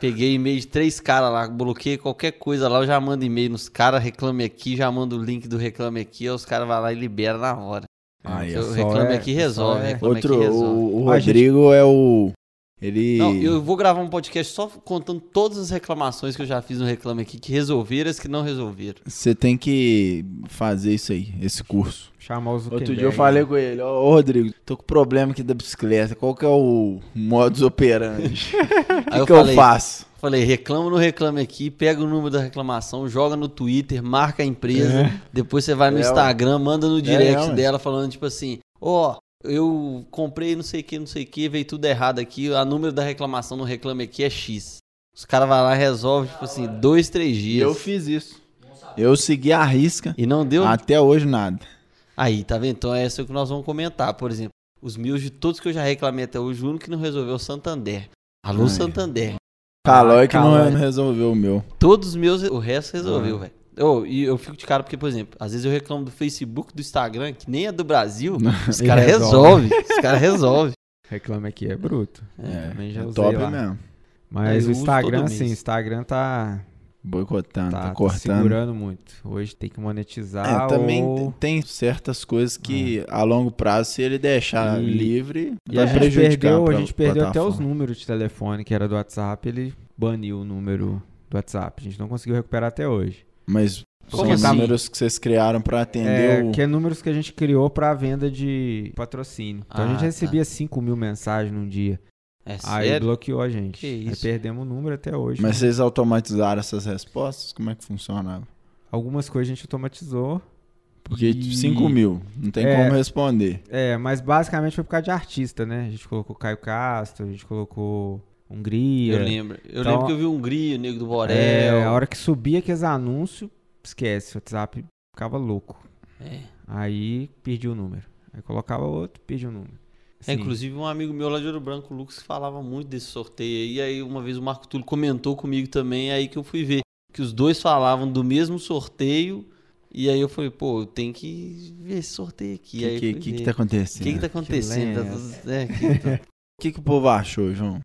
peguei e-mail de três caras lá, bloqueei qualquer coisa lá, eu já mando e-mail nos caras, reclame aqui, já mando o link do reclame aqui, aí os caras vão lá e liberam na hora. Aí, Eu ó. só reclame é- aqui só resolve, é- reclame Outro, aqui resolve. o, o Ah, gente- Rodrigo é o. Ele. Não, eu vou gravar um podcast só contando todas as reclamações que eu já fiz no reclame aqui, que resolveram e as que não resolveram. Você tem que fazer isso aí, esse curso. Chamar os Outro dia eu falei com ele, ó, ô Rodrigo, tô com problema aqui da bicicleta, qual que é o modus operandi? O Aí que, eu que eu falei- faço? Falei, reclama no reclame aqui, pega o número da reclamação, joga no Twitter, marca a empresa, depois você vai no É, ué. Instagram, manda no direct é, ué. dela falando tipo assim, ó, eu comprei não sei o que, não sei o que, veio tudo errado aqui, o número da reclamação no reclame aqui é X. Os caras vão lá e resolvem, tipo assim, dois, três E eu dias. fiz isso. Eu segui a risca, E não deu. até hoje nada. Aí, tá vendo? Então é isso que nós vamos comentar. Por exemplo, os meus de todos que eu já reclamei até hoje, o único que não resolveu é o Santander. Alô, Ai. Santander. Calói que não Ah, Calói. não resolveu o meu. Todos os meus, o resto resolveu, velho. Ô, e eu fico de cara porque, por exemplo, às vezes eu reclamo do Facebook, do Instagram, que nem é do Brasil. Os Ele caras resolve. resolvem. Os caras resolvem. Reclama aqui, é bruto. É, também já é usei top lá. mesmo. Aí Mas eu o uso Instagram, todo assim, o mês. Instagram tá, Boicotando, tá, tá, tá cortando. segurando muito. Hoje tem que monetizar. É, também ou... tem certas coisas que a longo prazo, se ele deixar É. E- livre, E a vai gente prejudicar. perdeu, a pra gente perdeu até os plataforma. números de telefone, que era do WhatsApp, ele baniu o número do WhatsApp. A gente não conseguiu recuperar até hoje. Mas Como são os assim? números que vocês criaram pra atender É, o. que é números que a gente criou pra venda de patrocínio. Então a Ah, gente tá. recebia 5 mil mensagens num dia. É Aí sério? bloqueou a gente. Que Aí isso. perdemos o número até hoje. Mas vocês automatizaram essas respostas? Como é que funcionava? Algumas coisas a gente automatizou. Porque tipo, E- 5 mil, não tem É. como responder. É, mas basicamente foi por causa de artista, né? A gente colocou Caio Castro, a gente colocou Hungria. Eu lembro. Eu Então- lembro que eu vi um Hungria, Negro do Borel. É, a hora que subia aqueles anúncios, esquece, o WhatsApp ficava louco. É. Aí perdi o número. Aí colocava outro, perdi o número. É, Assim, inclusive, um amigo meu lá de Ouro Branco, o Lucas, que falava muito desse sorteio aí. Aí, uma vez o Marco Túlio comentou comigo também, é aí que eu fui ver que os dois falavam do mesmo sorteio. E aí eu falei, pô, eu tenho que ver esse sorteio aqui. O aí eu que, fui que, ver. que é. tá O acontecendo? que, que tá acontecendo? Que Tá- é, que tá- O que, que o povo achou, João?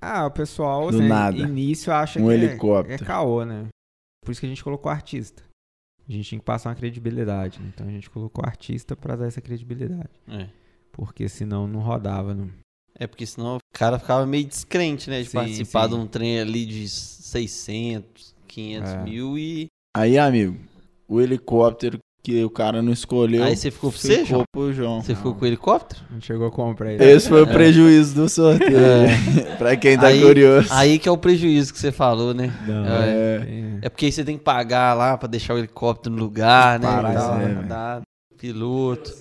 Ah, o pessoal, Do assim, nada. início acha Um que é- helicóptero. É, caô, né? Por isso que a gente colocou artista. A gente tinha que passar uma credibilidade. né? Então a gente colocou artista pra dar essa credibilidade. é. Porque senão não rodava. Não. É, porque senão o cara ficava meio descrente, né? De Sim, participar de sim. um trem ali de 600, 500 É. mil e... Aí, amigo, o helicóptero que o cara não escolheu Aí você ficou pra você, João? pro João. Você ficou Não. com o helicóptero? Não chegou a comprar ele. Esse foi o prejuízo do sorteio. pra quem tá É. Aí- curioso. Aí que é o prejuízo que você falou, né? Não, É. é. É porque aí você tem que pagar lá pra deixar o helicóptero no lugar, né? Parar, e tal, é, né, velho. dar piloto.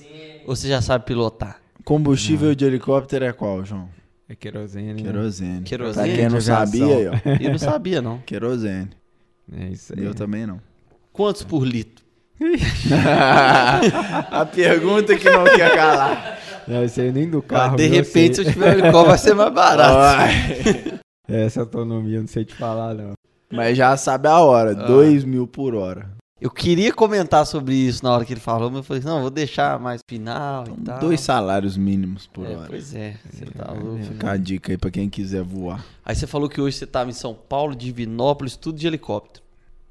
Ou você já sabe pilotar? Combustível de helicóptero é qual, João? É querosene. né? Querosene. Pra Querosene? quem não de aviação. sabia, aí, ó. Eu não sabia, não. Querosene. É isso aí. Eu também não. Quantos por litro? a pergunta que não quer calar. Não, isso aí nem Ah, do carro. de meu, eu repente, se sei. eu tiver um helicóptero, vai ser mais barato. Essa autonomia eu não sei te falar, não. Mas já sabe a hora. Ah. 2 mil por hora. Eu queria comentar sobre isso na hora que ele falou, mas eu falei, não, vou deixar mais final Então, e tal. Dois salários mínimos por Tá. é, hora. Pois é, você tá É, louco. é. Fica a dica aí pra quem quiser voar. Aí você falou que hoje você tava em São Paulo, Divinópolis, tudo de helicóptero.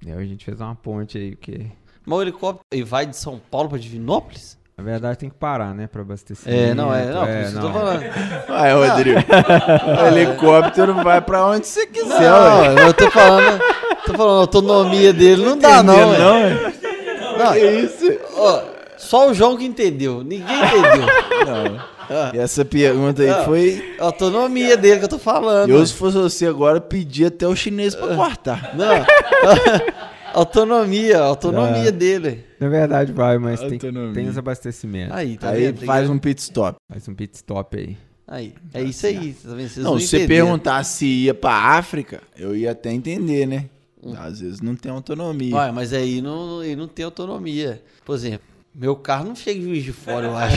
E aí É, a gente fez uma ponte aí, porque. Mas o helicóptero ele vai de São Paulo pra Divinópolis? Na verdade tem que parar, né? Pra abastecer. É, não, é, não, por isso que eu tô falando. Vai, Rodrigo. o helicóptero vai pra onde você quiser, ué. Ah. Não, eu tô falando, tô falando, a autonomia dele não dá, não, Entendeu, velho. Tá, ué? Que isso? Ó, só o João que entendeu, ninguém entendeu. E essa pergunta aí Ah. foi. A autonomia dele que eu tô falando. Eu, se fosse você agora, eu pedia até o chinês pra cortar. Ah. Não, autonomia, a autonomia dele. Na verdade vai, mas tem, Autonomia. tem os abastecimentos. Aí, tá Aí vendo? Tem faz que- um pit stop. Faz um pit stop aí. Aí, é isso aí, tá vendo? Vocês Não, se você entenderam. perguntar se ia pra África, eu ia até entender, né? Hum. Às vezes não tem autonomia. Ué, mas aí não, aí não tem autonomia. Por exemplo, meu carro não chega em Juiz de Fora, eu acho.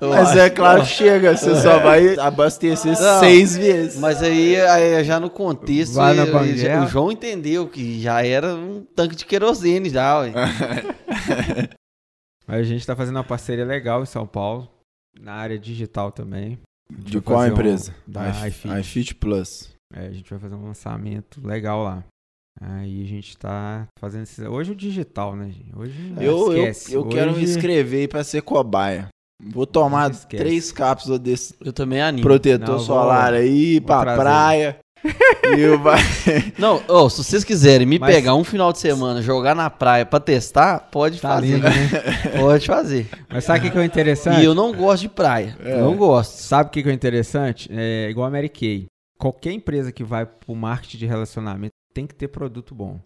Eu Mas acho. é claro que chega, você só vai abastecer Não. seis vezes. Mas aí, aí já no contexto, Vai na eu- eu- Banguela. o João entendeu que já era um tanque de querosene já, ué. Mas a gente tá fazendo uma parceria legal em São Paulo. Na área digital também. De Vou qual fazer um- empresa? da iFi- iFit. iFit Plus. É, a gente vai fazer um lançamento legal lá. Aí a gente tá fazendo esse... Hoje o digital, né, gente? Hoje Eu, eu, esquece. eu quero me Hoje- inscrever pra ser cobaia. Vou tomar Esquece. três cápsulas desse Eu também animo. protetor Não, vou- solar aí, vou pra trazer. praia. e eu vai. Não, ô, se vocês quiserem me Mas- pegar um final de semana, jogar na praia pra testar, pode Tá fazer. lindo, né? Pode fazer. Mas sabe o que, que é o interessante? E eu não gosto de praia. É. Não gosto. Sabe o que, que é interessante? É igual a Mary Kay. Qualquer empresa que vai pro marketing de relacionamento tem que ter produto bom.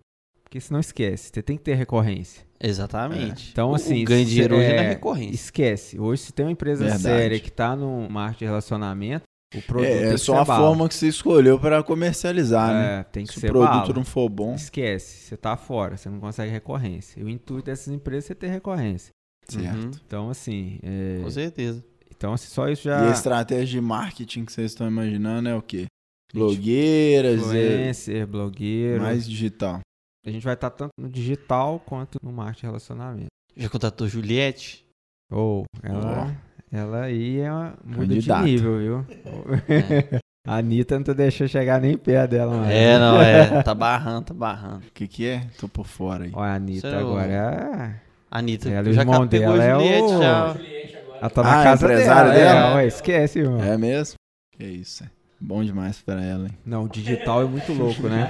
Porque senão esquece. Você tem que ter recorrência. Exatamente. Então, O- assim, O ganho de se- dinheiro hoje é na é, recorrência. Esquece. Hoje, se tem uma empresa Verdade. séria que tá no marketing de relacionamento, o produto tem É, é que só ser a bala. forma que você escolheu pra comercializar, né? É, tem que Se o ser produto bala. Uhum. não for bom, Esquece. Você tá fora. Você não consegue recorrência. E o intuito dessas empresas é ter recorrência. certo. Uhum, Então, assim... é, Com certeza. Então, assim, só isso E tá a já... estratégia de marketing que vocês estão imaginando é o quê? Blogueiras, e Influencer, blogueiro... mais digital. A gente vai estar tanto no digital quanto no marketing de relacionamento. Já contratou Juliette? Ou ela, ela aí é uma- muda Candidata. de nível, viu? É. A Anitta não deixa chegar nem perto dela, mano. É, não, é. Tá barrando, tá barrando. O que, que é? Tô por fora aí. Olha, a Isso Anitta é o- agora. é- Anitta, Ela e o já irmão pegou dela é Juliette, o- já. Juliette agora. Ela tá na Ah, casa empresário dela. dela? É, ué, esquece, irmão. É mesmo? Que isso, é. Bom demais pra ela, hein? Não, o digital é muito louco, né?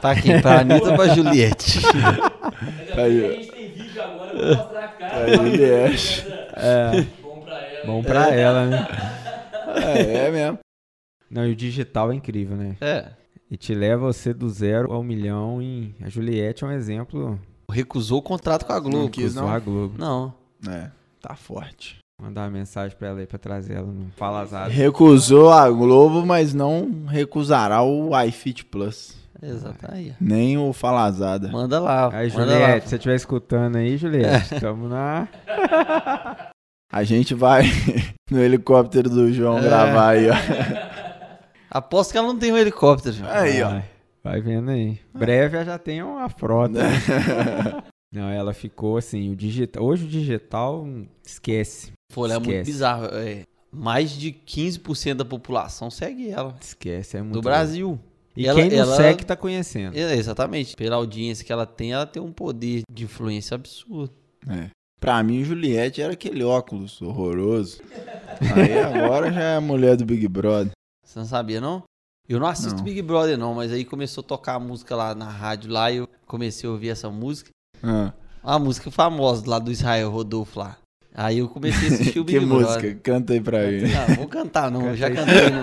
Tá aqui, pra Anitta ou pra Juliette? Ainda bem que a gente tem vídeo agora, eu vou mostrar a cara. Aí, é. Bom pra ela. Bom pra ela, né? É, é mesmo. Não, e o digital é incrível, né? É. E te leva você do zero ao milhão em... A Juliette é um exemplo Recusou o contrato com a Globo. Não quis, zoar a Globo. Não. É, tá forte. Mandar uma mensagem pra ela aí pra trazer ela no Fala Zado. Recusou a Globo, mas não recusará o iFit Plus. Exato. Aí. ó. Nem o Falazada. Manda lá. Aí, manda lá. Juliette, se você estiver escutando aí, É. Juliette, tamo na... A gente vai no helicóptero do João É. gravar aí, ó. Aposto que ela não tem um helicóptero. Aí, ó. Vai, vai vendo aí. Breve ela já tem uma frota. Né? Não, ela ficou assim, o digital. Hoje o digital hum, esquece. Pô, ela é muito Esquece. bizarro. é. mais de 15% da população segue ela. Esquece, é muito. do louco. Brasil. E Ela- quem não ela- segue tá conhecendo. É, Exatamente. Pela audiência que ela tem, ela tem um poder de influência absurdo. É. Pra mim, Juliette era aquele óculos horroroso. Aí agora já é a mulher do Big Brother. Você não sabia, não? Eu não assisto Não. Big Brother, não, mas aí começou a tocar a música lá na rádio, lá eu comecei a ouvir essa música. Ah, Uma música famosa lá do Israel Rodolfo lá. Aí eu comecei a assistir o Big que Brother. música? Canta aí pra mim. Ah, vou cantar, não. eu já cantei. Não.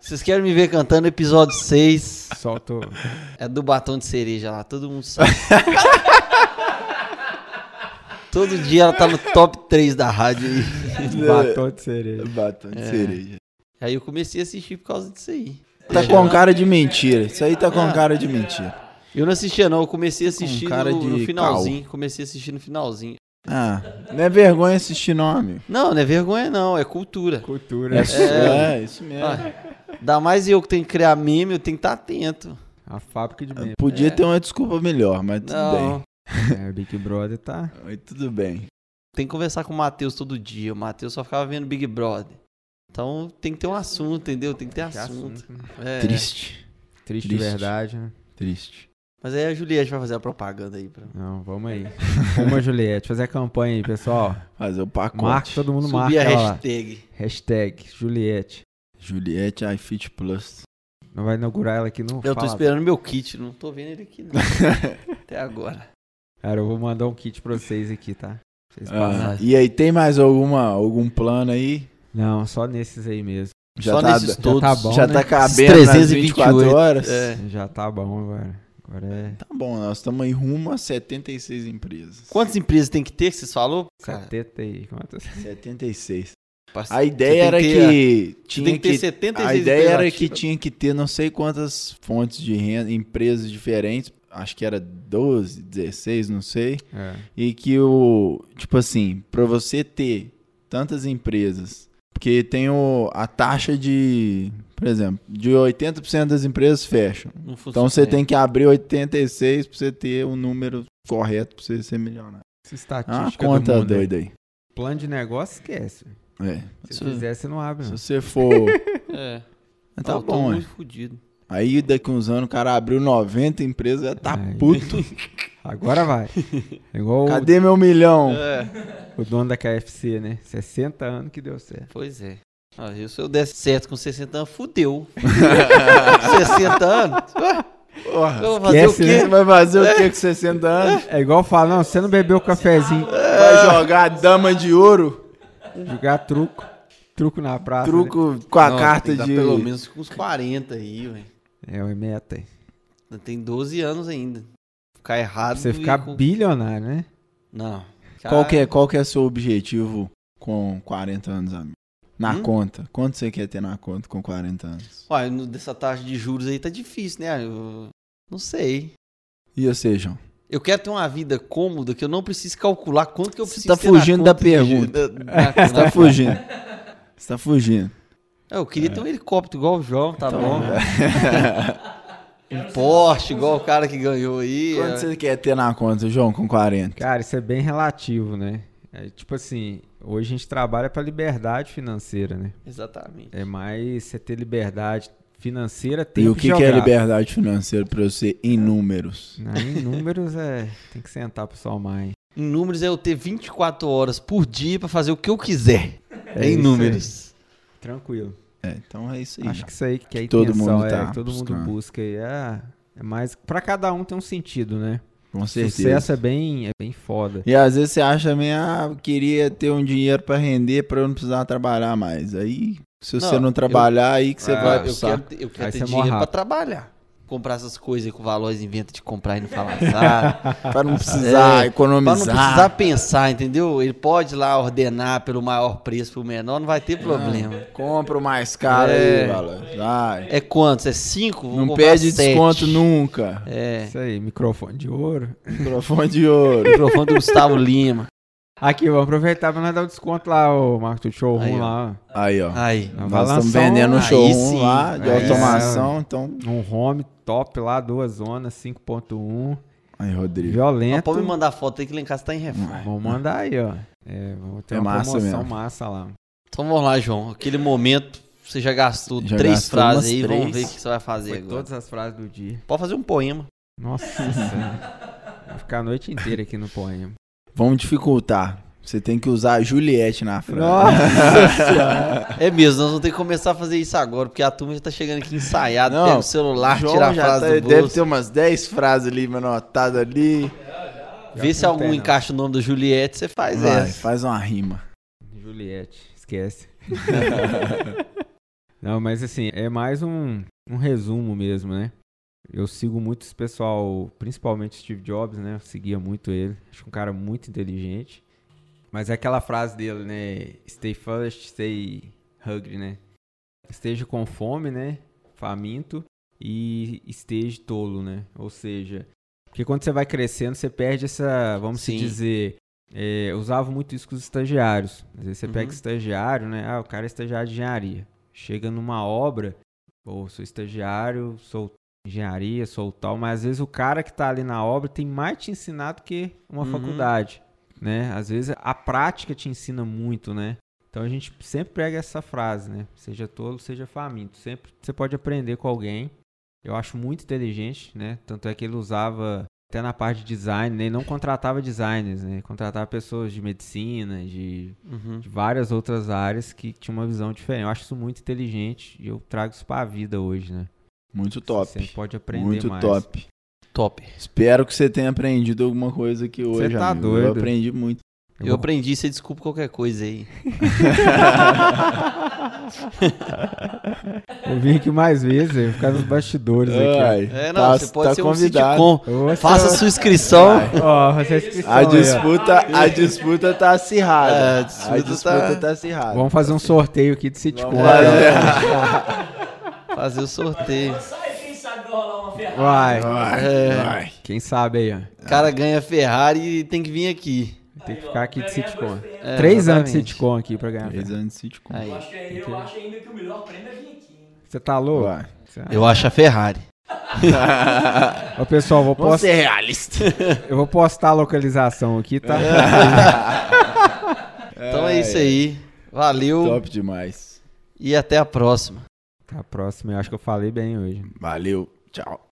Vocês querem me ver cantando episódio 6? Solta o. um É do batom de cereja lá, todo mundo sabe. Todo dia ela tá no top 3 da rádio aí. batom de cereja. Batom de cereja. Aí eu comecei a assistir por causa disso aí. Tá com cara de mentira. Isso aí tá com cara de mentira. Eu não assistia, não. Eu comecei a assistir cara no, no de finalzinho. Comecei a assistir no finalzinho. Ah, não é vergonha assistir nome. Não, não é vergonha, não. É cultura. Cultura. É, su- É. é, isso mesmo. Ah, Ainda mais eu que tenho que criar meme, eu tenho que estar atento. A fábrica de meme. Podia ter uma desculpa melhor, mas tudo Não. É, o Big Brother tá. bem. Mas Tudo bem. Tem que conversar com o Matheus todo dia. O Matheus só ficava vendo Big Brother. Então tem que ter um assunto, entendeu? Tem que ter Que assunto. tá assunto. né? É. Triste. Triste de Triste. verdade, né? Triste. Mas aí a Juliette vai fazer a propaganda aí pra Não, vamos aí. Vamos, a Juliette, fazer a campanha aí, pessoal. Fazer o Marca, pacote. todo mundo subir marca a ela lá. hashtag. Hashtag Juliette. Juliette iFit Plus. Não vai inaugurar ela aqui no Eu tô Fala. esperando meu kit, não tô vendo ele aqui não. Ah, Até agora. Cara, eu vou mandar um kit pra vocês aqui, tá? Pra vocês Ah, passarem. e aí, tem mais alguma, algum plano aí? Não, só nesses aí mesmo. Já Só tá, nesses todos. tá bom. já né? tá cabendo nas 24 328, horas? É. Já tá bom agora. Agora é Tá bom, nós estamos em rumo a 76 empresas. Quantas empresas tem que ter que vocês falou? Cara, 70 e quantas? 76. parce- A ideia você era tem que Você tinha tem que ter que 76 a ideia empresas era que ativas. tinha que ter não sei quantas fontes de renda, empresas diferentes, acho que era 12, 16, não sei. É. E que o. Tipo assim, pra você ter tantas empresas. Porque tem o, a taxa de. Por exemplo, de 80% das empresas fecham. Não funciona. Então você tem que abrir 86 pra você ter o número correto pra você ser milionário. É Essa uma estatística do conta mundo, doida aí. Plano de negócio, esquece. É. Se Isso- fizer, você não abre, Se não. você for. É. Mas tá eu tô bom, hein? muito fudido. Aí daqui uns anos o cara abriu 90 empresas, já tá Aí. puto. Agora vai. É igual o, Cadê meu milhão? É, o dono da KFC, né? 60 anos que deu certo. pois é. Ah, e se eu desse certo com 60 anos, fudeu. 60 anos? Porra, Eu É. vou fazer Esquece, o Você quê? vai fazer o que com 60 anos? É igual falar, não, você não bebeu o cafezinho. É. Vai jogar dama de ouro? Jogar truco. Truco na praça. Truco com a Não, carta tem que dar de. Pelo menos com uns 40 aí, ué. Né? É, o meta. Tá aí. Ainda Tem 12 anos ainda. Ficar errado. Você e ficar com- bilionário, né? Não. Qual que é, qual que é seu objetivo com 40 anos, amigo? Na Hum? conta. Quanto você quer ter na conta com 40 anos? Uai, no- dessa taxa de juros aí tá difícil, né? Eu não sei. E você, João? Eu quero ter uma vida cômoda que eu não precise calcular quanto que eu Você preciso tá ter na fugindo da conta de juros. pergunta. Da- da- Você tá na- fugindo. É. Você tá fugindo. Eu queria ter um helicóptero igual o João, tá, Então, bom? Quero Um Porsche igual o cara que ganhou aí. né? Quanto é. você quer ter na conta, João, com 40? Cara, isso é bem relativo, né? É, tipo assim, hoje a gente trabalha pra liberdade financeira, né? Exatamente. É mais você ter liberdade financeira, tempo E o que, que é geográfico. liberdade financeira pra você em números? Aí, Né? em números é. Tem que sentar pro somar, hein? Em números é eu ter 24 horas por dia pra fazer o que eu quiser. É em isso números. aí. Tranquilo. É, então é isso aí. Acho que isso aí que é a Todo intenção, mundo é, tá que todo mundo buscando. busca aí. É, é mais. Pra cada um tem um sentido, né? Com certeza. Sucesso é bem, é bem foda. E às vezes você acha também, ah, eu queria ter um dinheiro pra render pra eu não precisar trabalhar mais. Aí, se você Não, não eu- trabalhar, aí que você Ah, vai eu, pro eu saco. quero, ter- eu quero Aí ter é você morre dinheiro pra rápido. trabalhar. Comprar essas coisas aí que o Valores inventa de comprar e não falar nada. Pra não precisar É, pra economizar. não precisar pensar, entendeu? Ele pode ir lá ordenar pelo maior preço, pelo menor, não vai ter Ah. problema. É. Compra o mais caro É. aí, Valor. Vai. É quantos? É cinco? Vou não comprar pede sete. desconto nunca. É. Isso aí, microfone de ouro. Microfone de ouro. Microfone do Gustavo Lima. Aqui, vamos aproveitar pra nós dar o desconto lá, o Marco do Aí, Showroom ó. lá. Aí, Ah, ó. Aí. ó. Vai Nós estamos lançar um- vendendo um aí showroom sim, É. lá de aí automação, então. Um home top lá, duas zonas, 5.1. Aí, Rodrigo. Não Violento. pode me mandar foto aí que lá em casa tá em Hum. reforma. Vamos mandar aí, ó. É, vamos ter É uma massa promoção mesmo. massa lá. Então vamos lá, João. Aquele momento, você já gastou Já três gastou frases umas aí, vamos três. ver o que você vai fazer Foi agora. todas as frases do dia. Pode fazer um poema. Nossa senhora. Vai ficar a noite inteira aqui no poema. Vamos dificultar. Você tem que usar a Juliette na frente. É mesmo, nós vamos ter que começar a fazer isso agora, porque a turma já tá chegando aqui ensaiada, Não, pega o celular, João tira a já frase tá- do deve bolso, ter umas 10 frases ali anotadas ali. um- vê se não algum tem, não. encaixa o nome do Juliette, você faz Vai, essa. faz uma rima. Juliette, esquece. Não, mas assim, é mais um, um resumo mesmo, né? Eu sigo muito esse pessoal, principalmente Steve Jobs, né? Eu seguia muito ele. Acho um cara muito inteligente. Mas é aquela frase dele, né? Stay first, stay hungry, né? Esteja com fome, né? Faminto e esteja tolo, né? Ou seja, porque quando você vai crescendo, você perde essa, vamos se Sim. dizer, é, eu usava muito isso com os estagiários. Às vezes você Uhum. pega estagiário, né? Ah, o cara é estagiário de engenharia. Chega numa obra, ou sou estagiário, sou engenharia, sou tal, mas às vezes o cara que tá ali na obra tem mais te ensinado que uma Uhum. faculdade, né? Às vezes a prática te ensina muito, né? Então a gente sempre prega essa frase, né? Seja tolo, seja faminto. Sempre você pode aprender com alguém. Eu acho muito inteligente, né? Tanto é que ele usava até na parte de design, né? Ele não contratava designers, né? Ele Contratava pessoas de medicina, de, Uhum. de várias outras áreas que tinham uma visão diferente. Eu acho isso muito inteligente e eu trago isso para a vida hoje, né? Muito Você sempre top. pode aprender Muito mais. top. Top. Espero que você tenha aprendido alguma coisa aqui hoje. tá amigo. Eu doido. aprendi muito. Eu, vou- aprendi, você desculpa qualquer coisa aí. Eu vim aqui mais vezes, eu vou ficar nos bastidores aqui. Ai, É, não, tá- você pode tá ser convidado. um sitcom. ó. Ô, Faça seu- sua inscrição. Vai. um- Ó, faça a inscrição A aí, ó. disputa, a disputa tá acirrada. É, a a disputa disputa, tá- tá... acirrada. Vamos fazer um sorteio aqui de sitcom. Vamos fazer. Fazer o sorteio. Sai, quem sabe vai rolar uma ferrada. Vai. Vai, É. vai. Quem sabe aí, ó. O cara ganha Ferrari e tem que vir aqui. Tem que ficar aqui de sitcom. É, Três anos de exatamente. sitcom aqui pra ganhar. Três anos de sitcom. Aí. Eu acho, que, eu acho ainda que o melhor prêmio é vir aqui. hein? Você tá louco? Vai. Você- Eu acho a Ferrari. Ó, pessoal, vou Vamos post- é ser realistas. eu vou postar a localização aqui, tá? Então é isso aí. Valeu Top demais. e até a próxima. Tá próximo, eu acho que eu falei bem hoje. Valeu. Tchau.